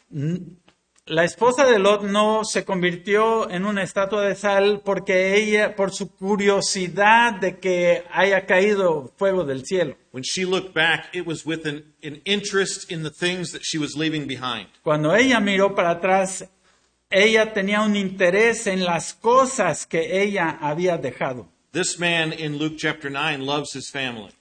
S1: La esposa de Lot no se convirtió en una estatua de sal porque ella, por su curiosidad de que haya caído fuego del cielo.
S2: When she looked back, it was with an, an interest in the things that she was leaving behind.
S1: Cuando ella miró para atrás, ella tenía un interés en las cosas que ella había dejado.
S2: This man in Luke chapter 9 loves his family,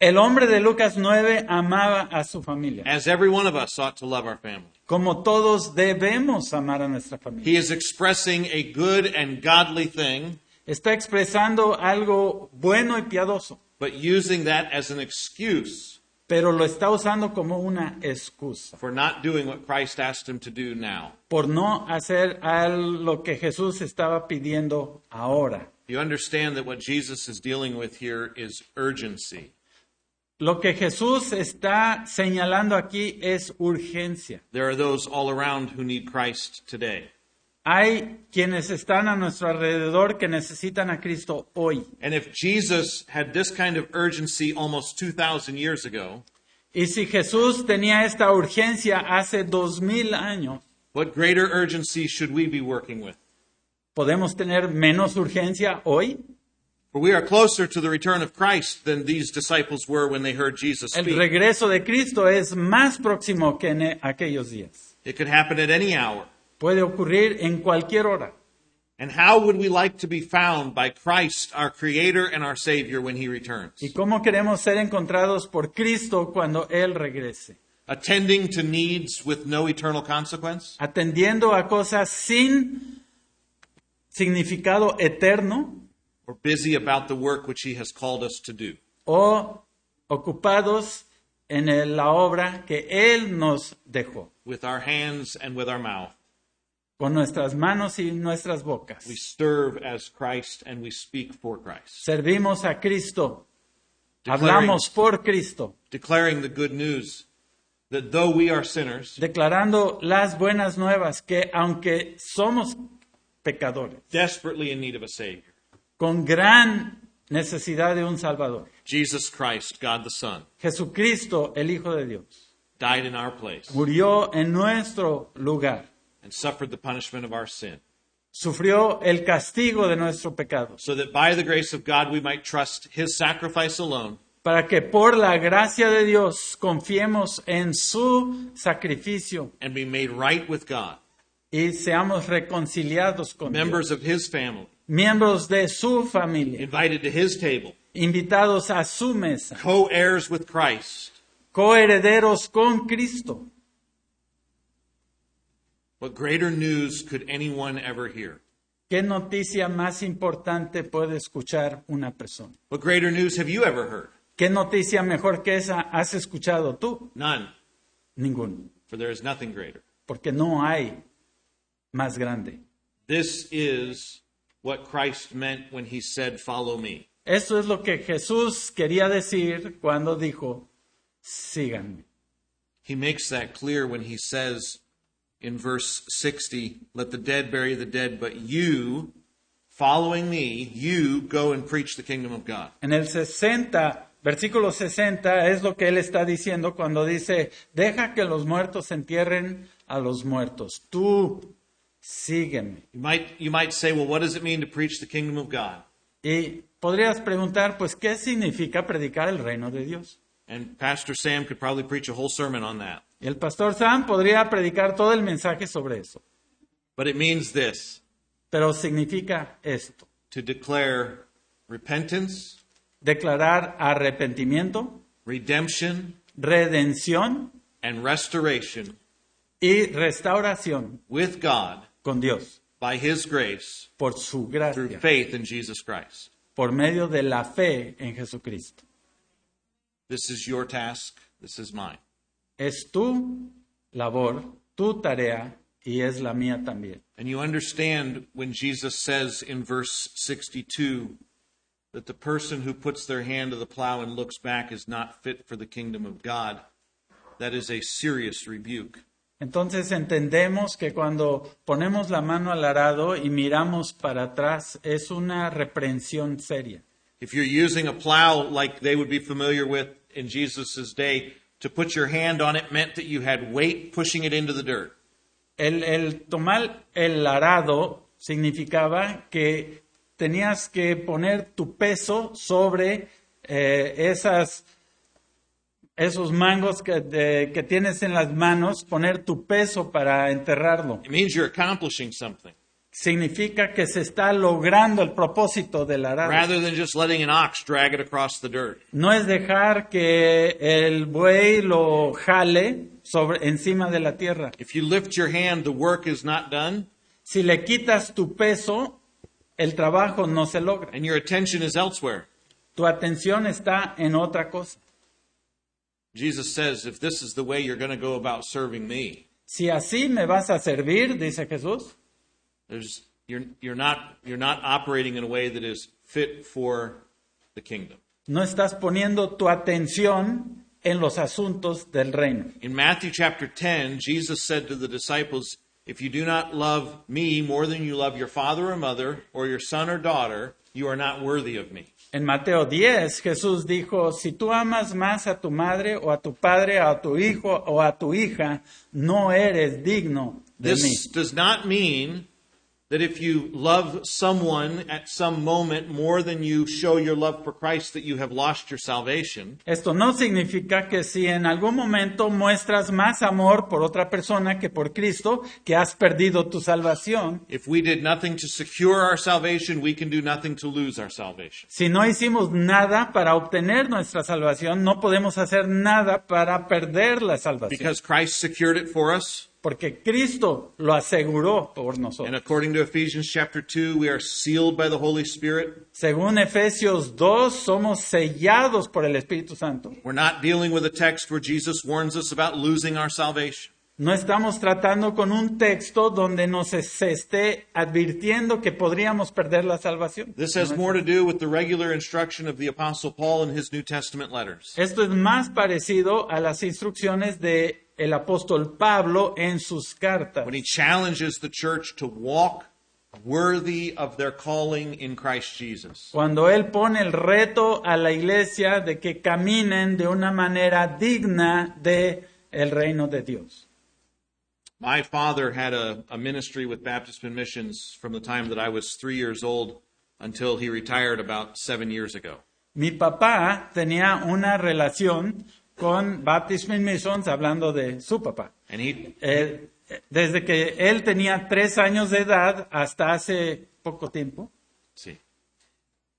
S1: El hombre de Lucas 9 amaba a su familia,
S2: as every one of us ought to love our family.
S1: como todos debemos amar a nuestra familia.
S2: He is expressing a good and godly thing,
S1: Está expresando algo bueno y piadoso,
S2: but using that as an excuse
S1: pero lo está usando como una excusa
S2: for not doing what Christ asked him to do now.
S1: por no hacer al- lo que Jesús estaba pidiendo ahora.
S2: You understand that what Jesus is dealing with here is urgency.
S1: Lo que Jesús está señalando aquí es urgencia.
S2: There are those all around who need Christ today.
S1: Hay quienes están a nuestro alrededor que necesitan a Cristo hoy.
S2: And if Jesus had this kind of urgency almost 2,000 years ago,
S1: Y si Jesús tenía esta urgencia hace dos mil años,
S2: what greater urgency should we be working with?
S1: ¿podemos tener menos urgencia hoy?
S2: For we are closer to the return of Christ than these disciples were when they heard Jesus
S1: El
S2: speak.
S1: regreso de Cristo es más próximo que en eh, aquellos días.
S2: It could happen at any hour.
S1: Puede ocurrir en cualquier hora.
S2: And how would we like to be found by Christ, our Creator and our Savior, when He returns?
S1: ¿Y cómo queremos ser encontrados por Cristo cuando Él regrese?
S2: Attending to needs with no eternal consequence?
S1: ¿Atendiendo a cosas sin significado eterno
S2: or busy about the work which he has called us to do.
S1: o ocupados en el- la obra que Él nos dejó,
S2: With our hands and with our mouth,
S1: con nuestras manos y nuestras bocas.
S2: We serve as Christ and we speak for Christ,
S1: Servimos a Cristo,
S2: Declaring-
S1: hablamos por Cristo,
S2: declaring the good news that though we are sinners,
S1: declarando las buenas nuevas que aunque somos pecadores,
S2: desperately in need of a Savior,
S1: con gran necesidad de un Salvador,
S2: Jesus Christ, God the Son,
S1: Jesucristo, el Hijo de Dios,
S2: died in our place
S1: murió en nuestro lugar,
S2: and suffered the punishment of our sin,
S1: sufrió el castigo de nuestro pecado,
S2: so that by the grace of God we might trust His sacrifice alone
S1: para que por la gracia de Dios confiemos en su sacrificio
S2: and be made right with God,
S1: y seamos reconciliados con Dios.
S2: members of His family,
S1: miembros de su familia,
S2: invited to His table,
S1: invitados a su mesa,
S2: co heirs with Christ.
S1: coherederos con Cristo.
S2: What greater news could anyone ever hear?
S1: ¿Qué noticia más importante puede escuchar una persona?
S2: What greater news have you ever heard?
S1: ¿Qué noticia mejor que esa has escuchado tú?
S2: None,
S1: Ninguna,
S2: for there is nothing greater.
S1: porque no hay más grande.
S2: This is what Christ meant when he said, Follow me.
S1: Eso es lo que Jesús quería decir cuando dijo, síganme.
S2: He makes that clear when he says in verse 60, Let the dead bury the dead, but you, following me, you go and preach the kingdom of God.
S1: En el 60, versículo 60, es lo que él está diciendo cuando dice, deja que los muertos entierren a los muertos. Tú sígueme.
S2: You might, you might say, Well, what does it mean to preach the kingdom of God?
S1: Y podrías preguntar, pues, ¿qué significa predicar el reino de Dios?
S2: And Pastor Sam could probably preach a whole sermon on that.
S1: Y el pastor Sam podría predicar todo el mensaje sobre eso,
S2: But it means this
S1: pero significa esto,
S2: to declare repentance,
S1: declarar arrepentimiento,
S2: redemption,
S1: redención
S2: and restoration
S1: y restauración
S2: with God
S1: con Dios
S2: by His grace
S1: por su
S2: through
S1: gracia,
S2: faith in Jesus Christ.
S1: por medio de la fe en Jesucristo.
S2: This is your task. This is mine.
S1: es tu labor, tu tarea y es la mía también.
S2: And you understand when Jesus says in verse 62 that the person who puts their hand to the plow and looks back is not fit for the kingdom of God. That is a serious rebuke.
S1: Entonces entendemos que cuando ponemos la mano al arado y miramos para atrás es una reprensión seria.
S2: If you're using a plow like they would be familiar with in Jesus' day, to put your hand on it meant that you had weight pushing it into the dirt.
S1: El, el tomar el arado significaba que tenías que poner tu peso sobre eh, esas, esos mangos que, de- que tienes en las manos, poner tu peso para enterrarlo.
S2: It means you're accomplishing something
S1: significa que se está logrando el propósito del arado.
S2: rather than just letting an ox drag it across the dirt.
S1: No es dejar que el buey lo jale sobre encima de la tierra.
S2: If you lift your hand, the work is not done
S1: Si le quitas tu peso, el trabajo no se logra.
S2: and your attention is elsewhere.
S1: Tu atención está en otra cosa.
S2: Jesus says, if this is the way you're going to go about serving me,
S1: Si así me vas a servir, dice Jesús,
S2: there's, you're, you're, not, you're not operating in a way that is fit for the kingdom.
S1: no estás poniendo tu atención en los asuntos del reino.
S2: In Matthew chapter 10, Jesus said to the disciples, If you do not love me more than you love your father or mother, or your son or daughter, you are not worthy of me.
S1: En Mateo 10, Jesús dijo, si tú amas más a tu madre o a tu padre, a tu hijo o a tu hija, no eres digno de mí.
S2: This does not mean that if you love someone at some moment more than you show your love for Christ, that you have lost your salvation.
S1: Esto no significa que si en algún momento muestras más amor por otra persona que por Cristo, que has perdido tu salvación.
S2: If we did nothing to secure our salvation, we can do nothing to lose our salvation.
S1: Si no hicimos nada para obtener nuestra salvación, no podemos hacer nada para perder la salvación,
S2: Because Christ secured it for us,
S1: porque Cristo lo aseguró por nosotros.
S2: and according to Ephesians chapter 2, we are sealed by the Holy Spirit.
S1: Según Efesios 2, somos sellados por el Espíritu Santo.
S2: We're not dealing with a text where Jesus warns us about losing our salvation.
S1: No estamos tratando con un texto donde nos se esté advirtiendo que podríamos perder la salvación.
S2: This has more to do with the regular instruction of the Apostle Paul in his New Testament letters.
S1: Esto es más parecido a las instrucciones de el apóstol Pablo en sus cartas,
S2: When he challenges the church to walk worthy of their calling in Christ Jesus.
S1: cuando él pone el reto a la iglesia de que caminen de una manera digna de el reino de Dios.
S2: My father had a, a ministry with Baptist Men Missions from the time that I was three years old until he retired about seven years ago.
S1: Mi papá tenía una relación con Baptist Men Missions, hablando de su papá.
S2: And he,
S1: Él- desde que él tenía tres años de edad hasta hace poco tiempo,
S2: see,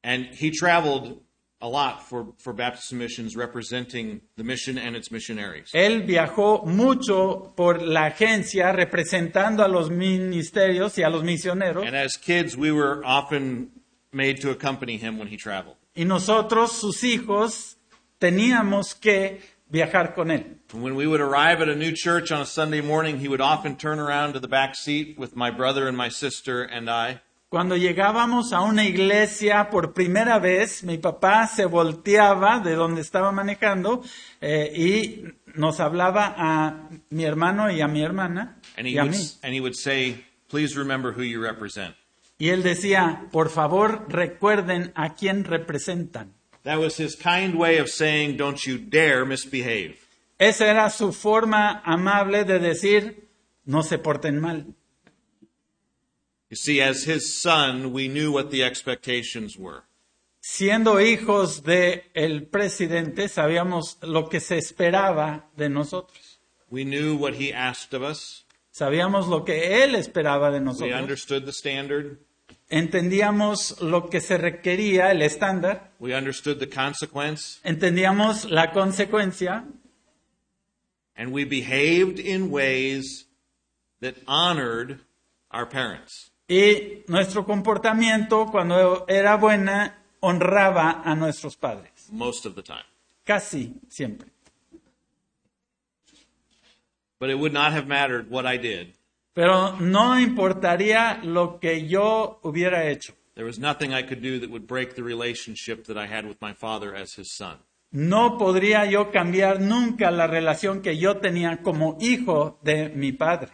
S2: and he traveled a lot for, for Baptist Men Missions representing the mission and its missionaries.
S1: él viajó mucho por la agencia representando a los ministerios y a los misioneros.
S2: And as kids, we were often made to accompany him when he traveled.
S1: Y nosotros, sus hijos, teníamos que viajar con él.
S2: When we would arrive at a new church on a Sunday morning, he would often turn around to the back seat with my brother and my sister and I,
S1: Cuando llegábamos a una iglesia por primera vez, mi papá se volteaba de donde estaba manejando eh, y nos hablaba a mi hermano y a mi hermana
S2: and he,
S1: y a
S2: would,
S1: mí.
S2: and he would say, Please remember who you represent.
S1: Y él decía, por favor, recuerden a quién representan.
S2: That was his kind way of saying, Don't you dare misbehave.
S1: Esa era su forma amable de decir, no se porten mal.
S2: You see, as his son, we knew what the expectations were.
S1: siendo hijos del el presidente, sabíamos lo que se esperaba de nosotros.
S2: We knew what he asked of us.
S1: Sabíamos lo que él esperaba de
S2: We
S1: nosotros.
S2: understood the standard.
S1: Entendíamos lo que se requería, el estándar.
S2: We understood the consequence.
S1: Entendíamos la consecuencia
S2: And we behaved in ways that honored our parents.
S1: y nuestro comportamiento cuando era buena honraba a nuestros padres.
S2: most of the time.
S1: Casi siempre.
S2: But it would not have mattered what I did.
S1: Pero no importaría lo que yo hubiera hecho.
S2: There was nothing I could do that would break the relationship that I had with my father as his son.
S1: No podría yo cambiar nunca la relación que yo tenía como hijo de mi padre.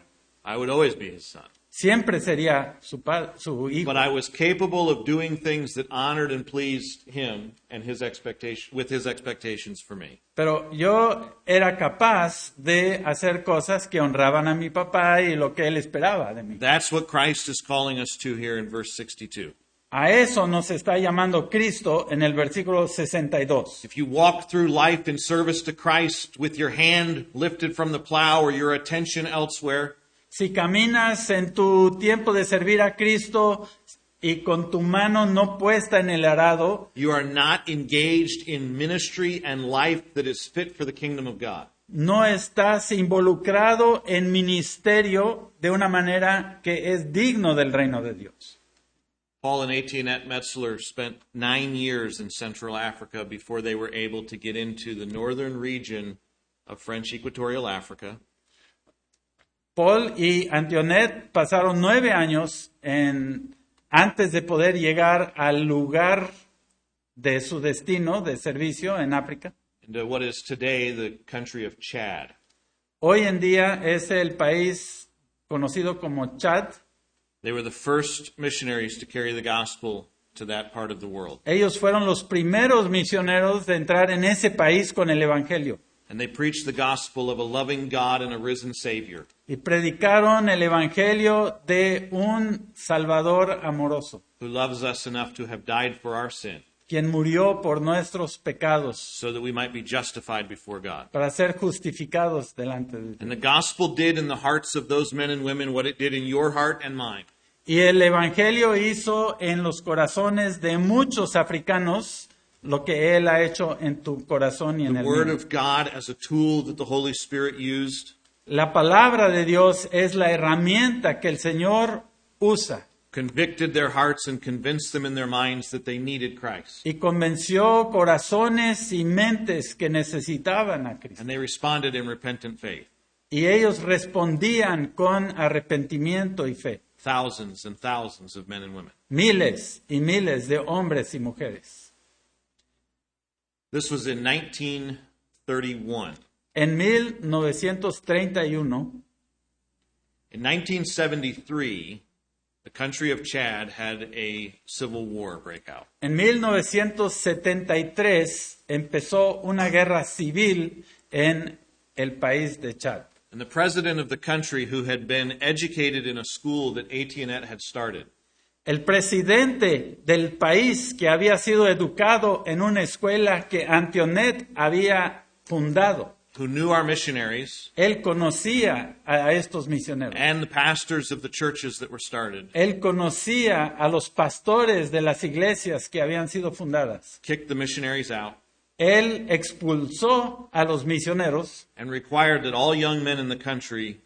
S2: I would always be his son.
S1: Siempre sería su, pa- su hijo.
S2: But I was capable of doing things that honored and pleased him and his expectation with his expectations for me.
S1: Pero yo era capaz de hacer cosas que honraban a mi papá y lo que él esperaba de mí.
S2: That's what Christ is calling us to here in verse 62.
S1: A eso nos está llamando Cristo en el versículo 62.
S2: If you walk through life in service to Christ with your hand lifted from the plow or your attention elsewhere,
S1: Si caminas en tu tiempo de servir a Cristo y con tu mano no puesta en el arado,
S2: you are not engaged in ministry and life that is fit for the kingdom of God.
S1: no estás involucrado en ministerio de una manera que es digno del reino de Dios.
S2: Paul and Etienne Metzler spent nine years in Central Africa before they were able to get into the northern region of French Equatorial Africa.
S1: Paul y Antionet pasaron nueve años en- antes de poder llegar al lugar de su destino de servicio en África.
S2: into what is today the country of Chad.
S1: Hoy en día es el país conocido como Chad.
S2: They were the first missionaries to carry the gospel to that part of the world.
S1: Ellos fueron los primeros misioneros de entrar en ese país con el Evangelio.
S2: And they preached the gospel of a loving God and a risen Savior.
S1: y predicaron el evangelio de un Salvador amoroso,
S2: Who loves us enough to have died for our sin
S1: quien murió por nuestros pecados
S2: so that we might be justified before God?
S1: para ser justificados delante de Dios.
S2: And the gospel did in the hearts of those men and women what it did in your heart and mine.
S1: Y el evangelio hizo en los corazones de muchos africanos lo que él ha hecho en tu corazón y en
S2: The
S1: el
S2: Word
S1: mío.
S2: of God as a tool that the Holy Spirit used
S1: La palabra de Dios es la herramienta que el Señor usa
S2: convicted their hearts and convinced them in their minds that they needed Christ.
S1: y convenció corazones y mentes que necesitaban a Cristo.
S2: And they responded in repentant faith.
S1: Y ellos respondían con arrepentimiento y fe.
S2: Thousands and thousands of men and women.
S1: Miles y miles de hombres y mujeres.
S2: This was in 1931.
S1: En 1931,
S2: In 1973, the country of Chad had a civil war breakout.
S1: en 1973 empezó una guerra civil en el país de Chad.
S2: And the president of the country, who had been educated in a school that AT&T had started,
S1: El presidente del país que había sido educado en una escuela que Antionet había fundado.
S2: who knew our missionaries
S1: Él conocía a estos misioneros.
S2: and the pastors of the churches that were started,
S1: Él conocía a los pastores de las iglesias que habían sido fundadas.
S2: kicked the missionaries out
S1: Él expulsó a los misioneros
S2: and required that all young men in the country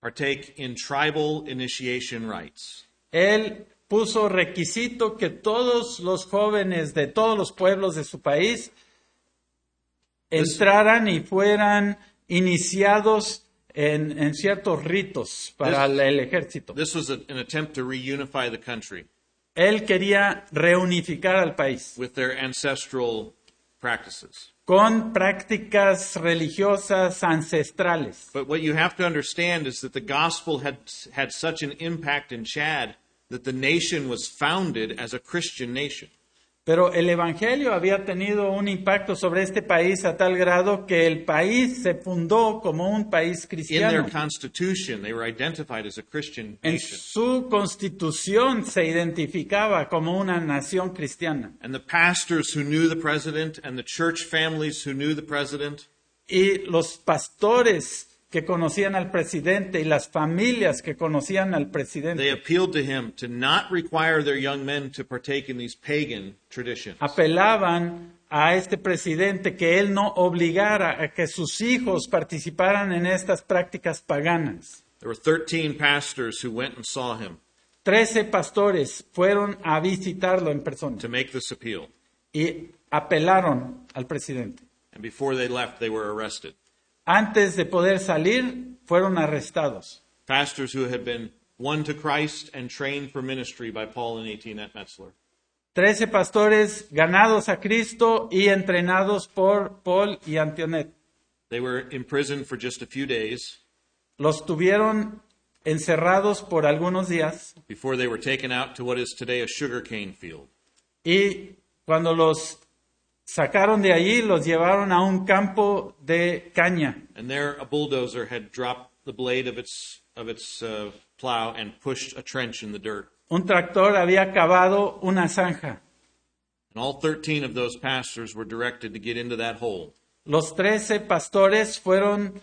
S2: partake in tribal initiation rites.
S1: Él puso requisito que todos los jóvenes de todos los pueblos de su país entraran y fueran iniciados en, en ciertos ritos para
S2: This-
S1: el, el ejército.
S2: This was a- an attempt to reunify the country
S1: Él quería reunificar al país
S2: with their ancestral practices.
S1: con prácticas religiosas ancestrales.
S2: But what you have to understand is that the gospel had had such an impact in Chad that the nation was founded as a Christian nation.
S1: Pero el Evangelio había tenido un impacto sobre este país a tal grado que el país se fundó como un país
S2: In their
S1: cristiano.
S2: constitution, they were identified as a Christian
S1: En
S2: nation.
S1: su constitución se identificaba como una nación cristiana.
S2: And the pastors who knew the president and the church families who knew the president
S1: Y los pastores que conocían al presidente y las familias que conocían al presidente
S2: They appealed to him to not require their young men to partake in these pagan traditions.
S1: apelaban a este presidente que él no obligara a que sus hijos participaran en estas prácticas paganas.
S2: There were 13 pastors who went and saw him
S1: Trece pastores fueron a visitarlo en persona
S2: to make this appeal.
S1: y apelaron al presidente.
S2: And before they left, they were arrested.
S1: Antes de poder salir, fueron arrestados.
S2: Pastors who had been won to Christ and trained for ministry by Paul and Etienne Metzler.
S1: Trece pastores ganados a Cristo y entrenados por Paul y Antionet.
S2: They were imprisoned for just a few days
S1: Los tuvieron encerrados por algunos días
S2: before they were taken out to what is today a sugarcane field.
S1: y cuando los sacaron de allí, los llevaron a un campo de caña
S2: And there, a bulldozer had dropped the blade of its, of its uh, plow and pushed a trench in the dirt.
S1: Un tractor había cavado una zanja.
S2: And all 13 of those pastors were directed to get into that hole.
S1: Los trece pastores fueron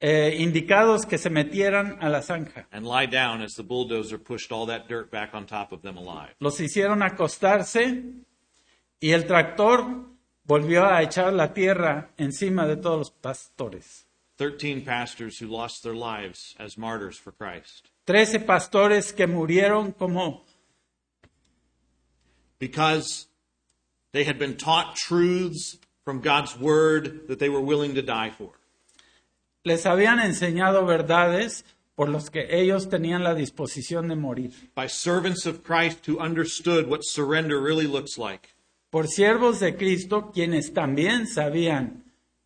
S1: eh, indicados que se metieran a la zanja.
S2: And lie down as the bulldozer pushed all that dirt back on top of them alive.
S1: Los hicieron acostarse y el tractor volvió a echar la tierra encima de todos los pastores.
S2: 13 pastors who lost their lives as martyrs for Christ.
S1: Trece pastores que murieron como
S2: Because they had been taught truths from God's word that they were willing to die for.
S1: les habían enseñado verdades por las que ellos tenían la disposición de morir.
S2: By servants of Christ who understood what surrender really looks like.
S1: Por siervos de Cristo quienes también sabían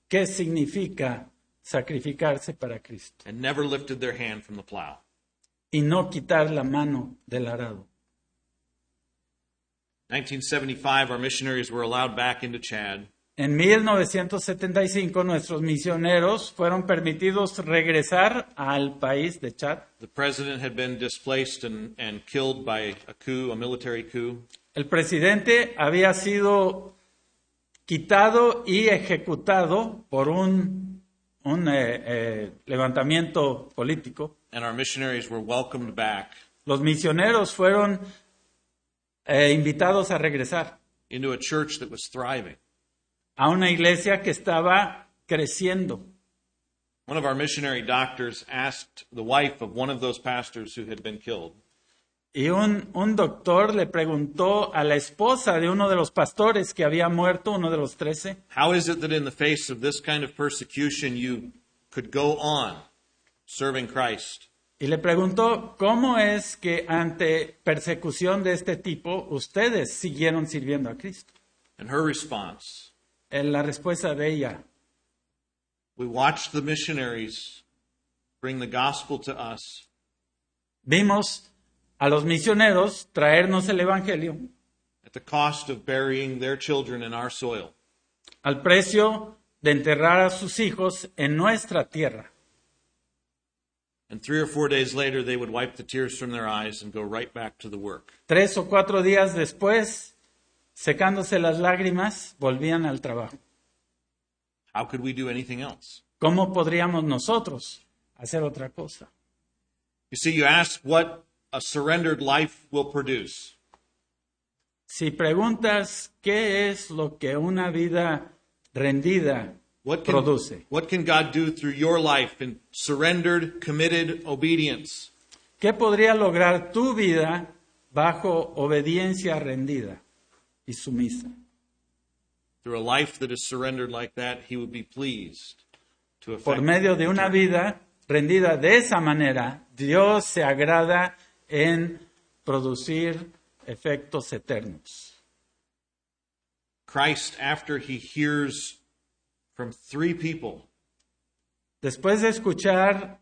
S1: qué significa sacrificarse para Cristo
S2: And never lifted their hand from the plow.
S1: y no quitar la mano del arado.
S2: 1975, our missionaries were allowed back into Chad.
S1: En 1975 nuestros misioneros fueron permitidos regresar al país de Chad.
S2: The president had been displaced and, and killed by a coup, a military coup.
S1: El presidente había sido quitado y ejecutado por un, un, eh, eh, levantamiento político.
S2: And our missionaries were welcomed back
S1: Los misioneros fueron eh, invitados a regresar
S2: into a church that was thriving.
S1: a una iglesia que estaba creciendo.
S2: One of our missionary doctors asked the wife of one of those pastors who had been killed,
S1: Y un, un doctor le preguntó a la esposa de uno de los pastores que había muerto, uno de los trece,
S2: How is it that in the face of this kind of persecution you could go on serving Christ.
S1: Y le preguntó, ¿cómo es que ante persecución de este tipo ustedes siguieron sirviendo a Cristo?
S2: And her response
S1: En la respuesta de ella,
S2: we watched the missionaries bring the gospel to us,
S1: vimos a los misioneros traernos el Evangelio
S2: at the cost of burying their children in our soil.
S1: al precio de enterrar a sus hijos en nuestra tierra.
S2: And three or four days later, they would wipe the tears from their eyes and go right back to the work.
S1: Tres o cuatro días después, secándose las lágrimas, volvían al trabajo.
S2: How could we do anything else?
S1: ¿Cómo podríamos nosotros hacer otra cosa?
S2: You see, you ask what a surrendered life will produce.
S1: Si preguntas qué es lo que una vida rendida
S2: What can,
S1: produce,
S2: what can God do through your life in surrendered, committed obedience?
S1: ¿qué podría lograr tu vida bajo obediencia rendida y sumisa?
S2: Through a life that is surrendered like that, He would be pleased to
S1: Por
S2: affect.
S1: medio de una vida rendida de esa manera, Dios se agrada en producir efectos eternos.
S2: Christ, after He hears from three people
S1: Después de escuchar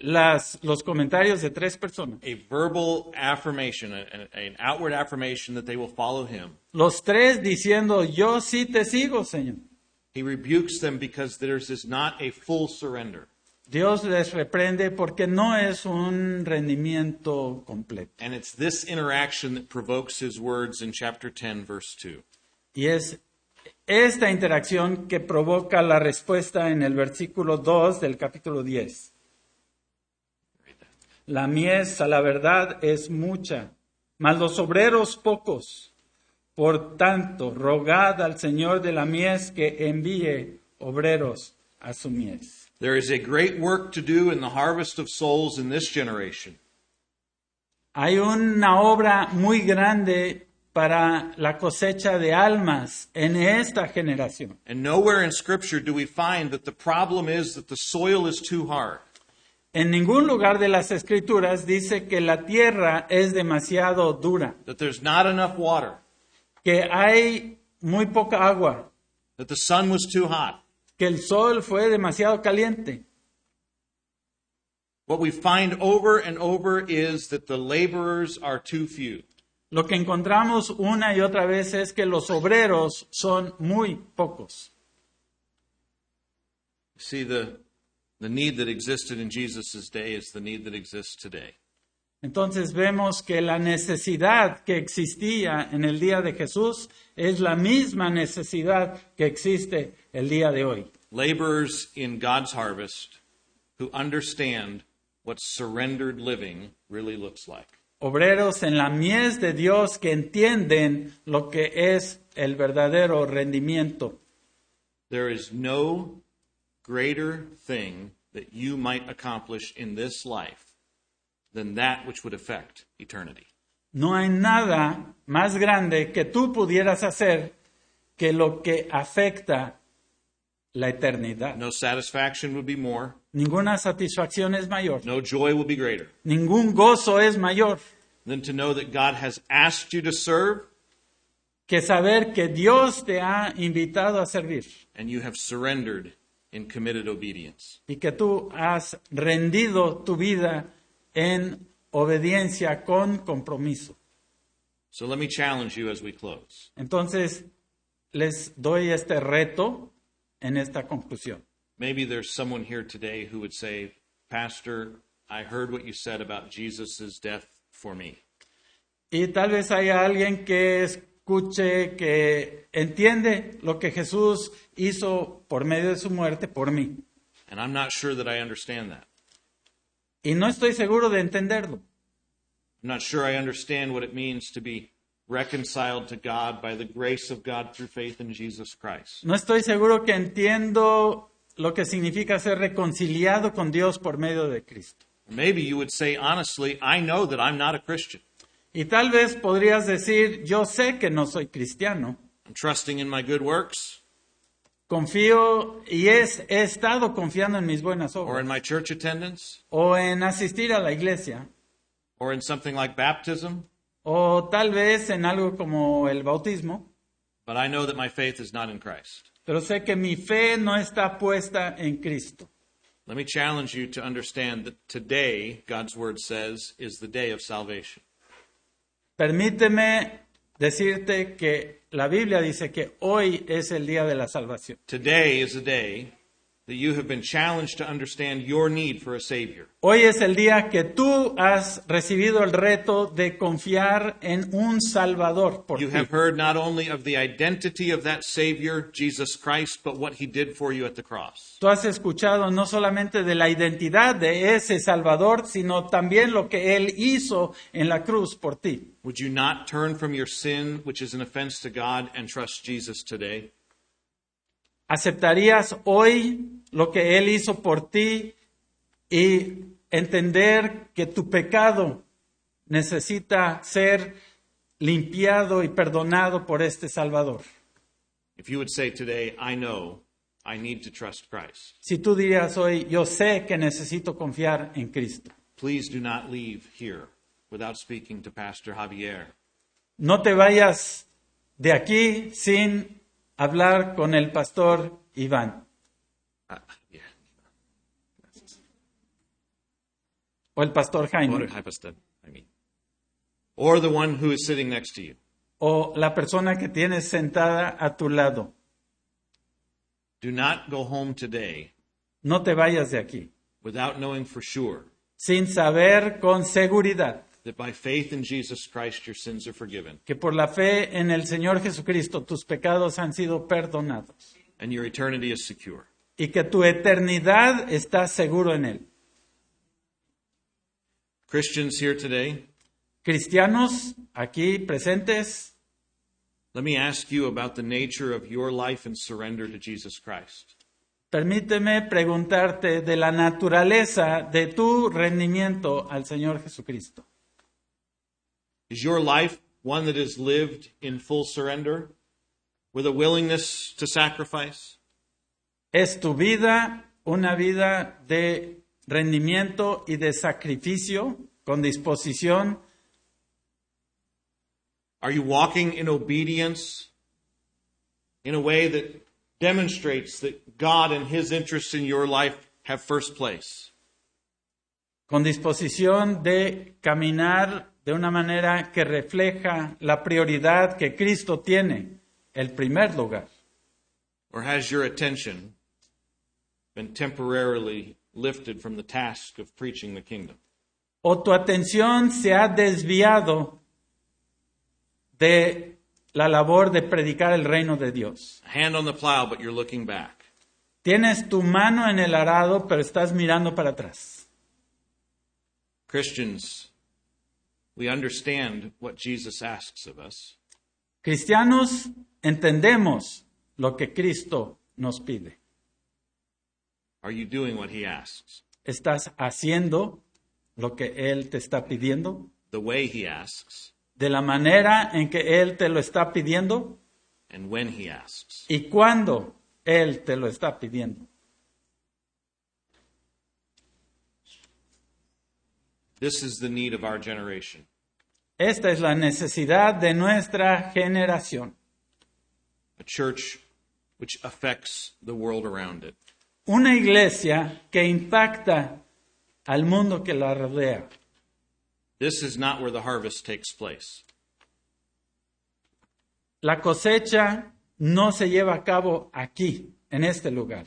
S1: las, los comentarios de tres personas,
S2: a verbal affirmation, an, an outward affirmation that they will follow Him,
S1: los tres diciendo, yo sí te sigo, Señor.
S2: He rebukes them because theirs is not a full surrender.
S1: Dios les reprende porque no es un rendimiento completo.
S2: And it's this interaction that provokes his words in chapter 10, verse 2.
S1: Y es esta interacción que provoca la respuesta en el versículo 2 del capítulo 10. La mies, a la verdad, es mucha, mas los obreros pocos. Por tanto, rogad al Señor de la mies que envíe obreros a su mies.
S2: There is a great work to do in the harvest of souls in this generation.
S1: Hay una obra muy grande para la cosecha de almas en esta generación.
S2: And nowhere in Scripture do we find that the problem is that the soil is too hard.
S1: En ningún lugar de las escrituras dice que la tierra es demasiado dura,
S2: that there's not enough water,
S1: que hay muy poca agua,
S2: that the sun was too hot.
S1: que el sol fue demasiado caliente.
S2: What we find over and over is that the laborers are too few.
S1: Lo que encontramos una y otra vez es que los obreros son muy pocos.
S2: See, the, the need that existed in Jesus' day is the need that exists today.
S1: Entonces vemos que la necesidad que existía en el día de Jesús es la misma necesidad que existe el día de hoy.
S2: laborers in God's harvest who understand what surrendered living really looks like.
S1: Obreros en la mies de Dios que entienden lo que es el verdadero rendimiento.
S2: There is no greater thing that you might accomplish in this life than that which would affect eternity.
S1: No hay nada más grande que tú pudieras hacer que lo que afecta la eternidad.
S2: No satisfaction would be more,
S1: Ninguna satisfacción es mayor,
S2: no joy will be greater
S1: ningún gozo es mayor
S2: than to know that God has asked you to serve
S1: que saber que Dios te ha invitado a servir
S2: and you have surrendered in committed obedience.
S1: y que tú has rendido tu vida en obediencia con compromiso.
S2: So let me challenge you as we close.
S1: Entonces, les doy este reto en esta conclusión.
S2: Maybe there's someone here today who would say, Pastor, I heard what you said about Jesus' death for me.
S1: Y tal vez haya alguien que escuche, que entiende lo que Jesús hizo por medio de su muerte por mí.
S2: And I'm not sure that I understand that.
S1: Y no estoy seguro de entenderlo.
S2: I'm not sure I understand what it means to be reconciled to God by the grace of God through faith in Jesus Christ.
S1: No estoy seguro que entiendo lo que significa ser reconciliado con Dios por medio de Cristo.
S2: Maybe you would say, honestly, I know that I'm not a Christian.
S1: Y tal vez podrías decir, yo sé que no soy cristiano,
S2: I'm trusting in my good works.
S1: Confío y es, he estado confiando en mis buenas
S2: or
S1: obras
S2: in my church attendance,
S1: o en asistir a la iglesia
S2: or in something like baptism,
S1: o tal vez en algo como el bautismo,
S2: but I know that my faith is not in Christ.
S1: pero sé que mi fe no está puesta en Cristo.
S2: Let me challenge you to understand that today, God's word says, is the day of salvation.
S1: Permíteme decirte que la Biblia dice que hoy es el día de la salvación.
S2: Today is a day that you have been challenged to understand your need for a Savior.
S1: Hoy es el día que tú has recibido el reto de confiar en un Salvador por
S2: You
S1: ti.
S2: have heard not only of the identity of that Savior, Jesus Christ, but what he did for you at the cross.
S1: Tú has escuchado no solamente de la identidad de ese Salvador, sino también lo que Él hizo en la cruz por ti.
S2: Would you not turn from your sin, which is an offense to God, and trust Jesus today?
S1: ¿Aceptarías hoy lo que Él hizo por ti y entender que tu pecado necesita ser limpiado y perdonado por este Salvador?
S2: If you would say today, I know I need to trust Christ,
S1: Si tú dirías hoy, yo sé que necesito confiar en Cristo.
S2: please do not leave here without speaking to Pastor Javier.
S1: No te vayas de aquí sin hablar con el pastor Iván
S2: Ah, yeah.
S1: o el pastor
S2: What a
S1: Jaime
S2: hypostatic, I mean. Or the one who is sitting next to you.
S1: o la persona que tienes sentada a tu lado.
S2: Do not go home today
S1: No te vayas de aquí
S2: without knowing for sure
S1: sin saber con seguridad
S2: that by faith in Jesus Christ your sins are forgiven
S1: que por la fe en el Señor Jesucristo tus pecados han sido perdonados
S2: and your eternity is secure.
S1: y que tu eternidad está seguro en Él.
S2: Christians here today,
S1: Cristianos aquí presentes,
S2: let me ask you about the nature of your life and surrender to Jesus Christ.
S1: Permíteme preguntarte de la naturaleza de tu rendimiento al Señor Jesucristo.
S2: Is your life one that is lived in full surrender with a willingness to sacrifice?
S1: ¿Es tu vida una vida de rendimiento y de sacrificio con disposición?
S2: Are you walking in obedience in a way that demonstrates that God and His interests in your life have first place?
S1: ¿Con disposición de caminar de una manera que refleja la prioridad que Cristo tiene, el primer lugar?
S2: Or has your attention been temporarily lifted from the task of preaching the kingdom?
S1: o tu atención se ha desviado de la labor de predicar el reino de Dios.
S2: Hand on the plow, but you're looking back.
S1: Tienes tu mano en el arado, pero estás mirando para atrás.
S2: Christians, we understand what Jesus asks of us.
S1: Cristianos, entendemos lo que Cristo nos pide.
S2: Are you doing what He asks?
S1: ¿Estás haciendo lo que Él te está pidiendo?
S2: The way He asks
S1: ¿De la manera en que Él te lo está pidiendo?
S2: and when He asks?
S1: ¿Y cuándo Él te lo está pidiendo?
S2: This is the need of our generation.
S1: Esta es la necesidad de nuestra generación.
S2: a church which affects the world around it.
S1: una iglesia que impacta al mundo que la rodea.
S2: This is not where the harvest takes place.
S1: La cosecha no se lleva a cabo aquí, en este lugar.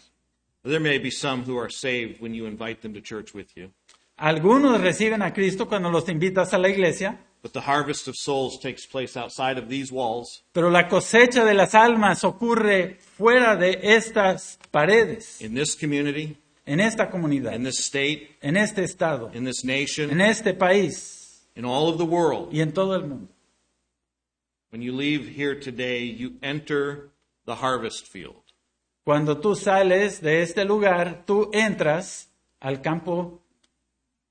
S2: There may be some who are saved when you invite them to church with you,
S1: Algunos reciben a Cristo cuando los invitas a la iglesia,
S2: but the harvest of souls takes place outside of these walls
S1: pero la cosecha de las almas ocurre fuera de estas paredes,
S2: in this community,
S1: en esta comunidad,
S2: in this state,
S1: en este estado,
S2: in this
S1: en
S2: nation,
S1: este país
S2: in all of the world.
S1: y en todo el mundo.
S2: When you leave here today, you enter the harvest field.
S1: Cuando tú sales de este lugar, tú entras al campo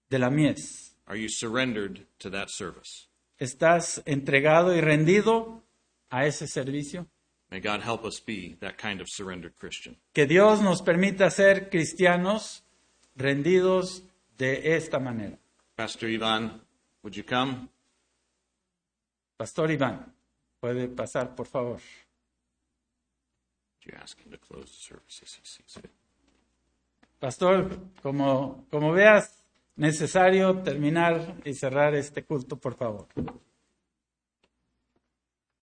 S1: de la mies.
S2: Are you surrendered to that service?
S1: ¿Estás entregado y rendido a ese servicio?
S2: May God help us be that kind of surrendered Christian.
S1: Que Dios nos permita ser cristianos rendidos de esta manera.
S2: Pastor Ivan, would you come?
S1: Pastor Iván, puede pasar, por favor.
S2: Do you ask him to close the service as he sees fit?
S1: Pastor, como, como veas necesario terminar y cerrar este culto, por favor.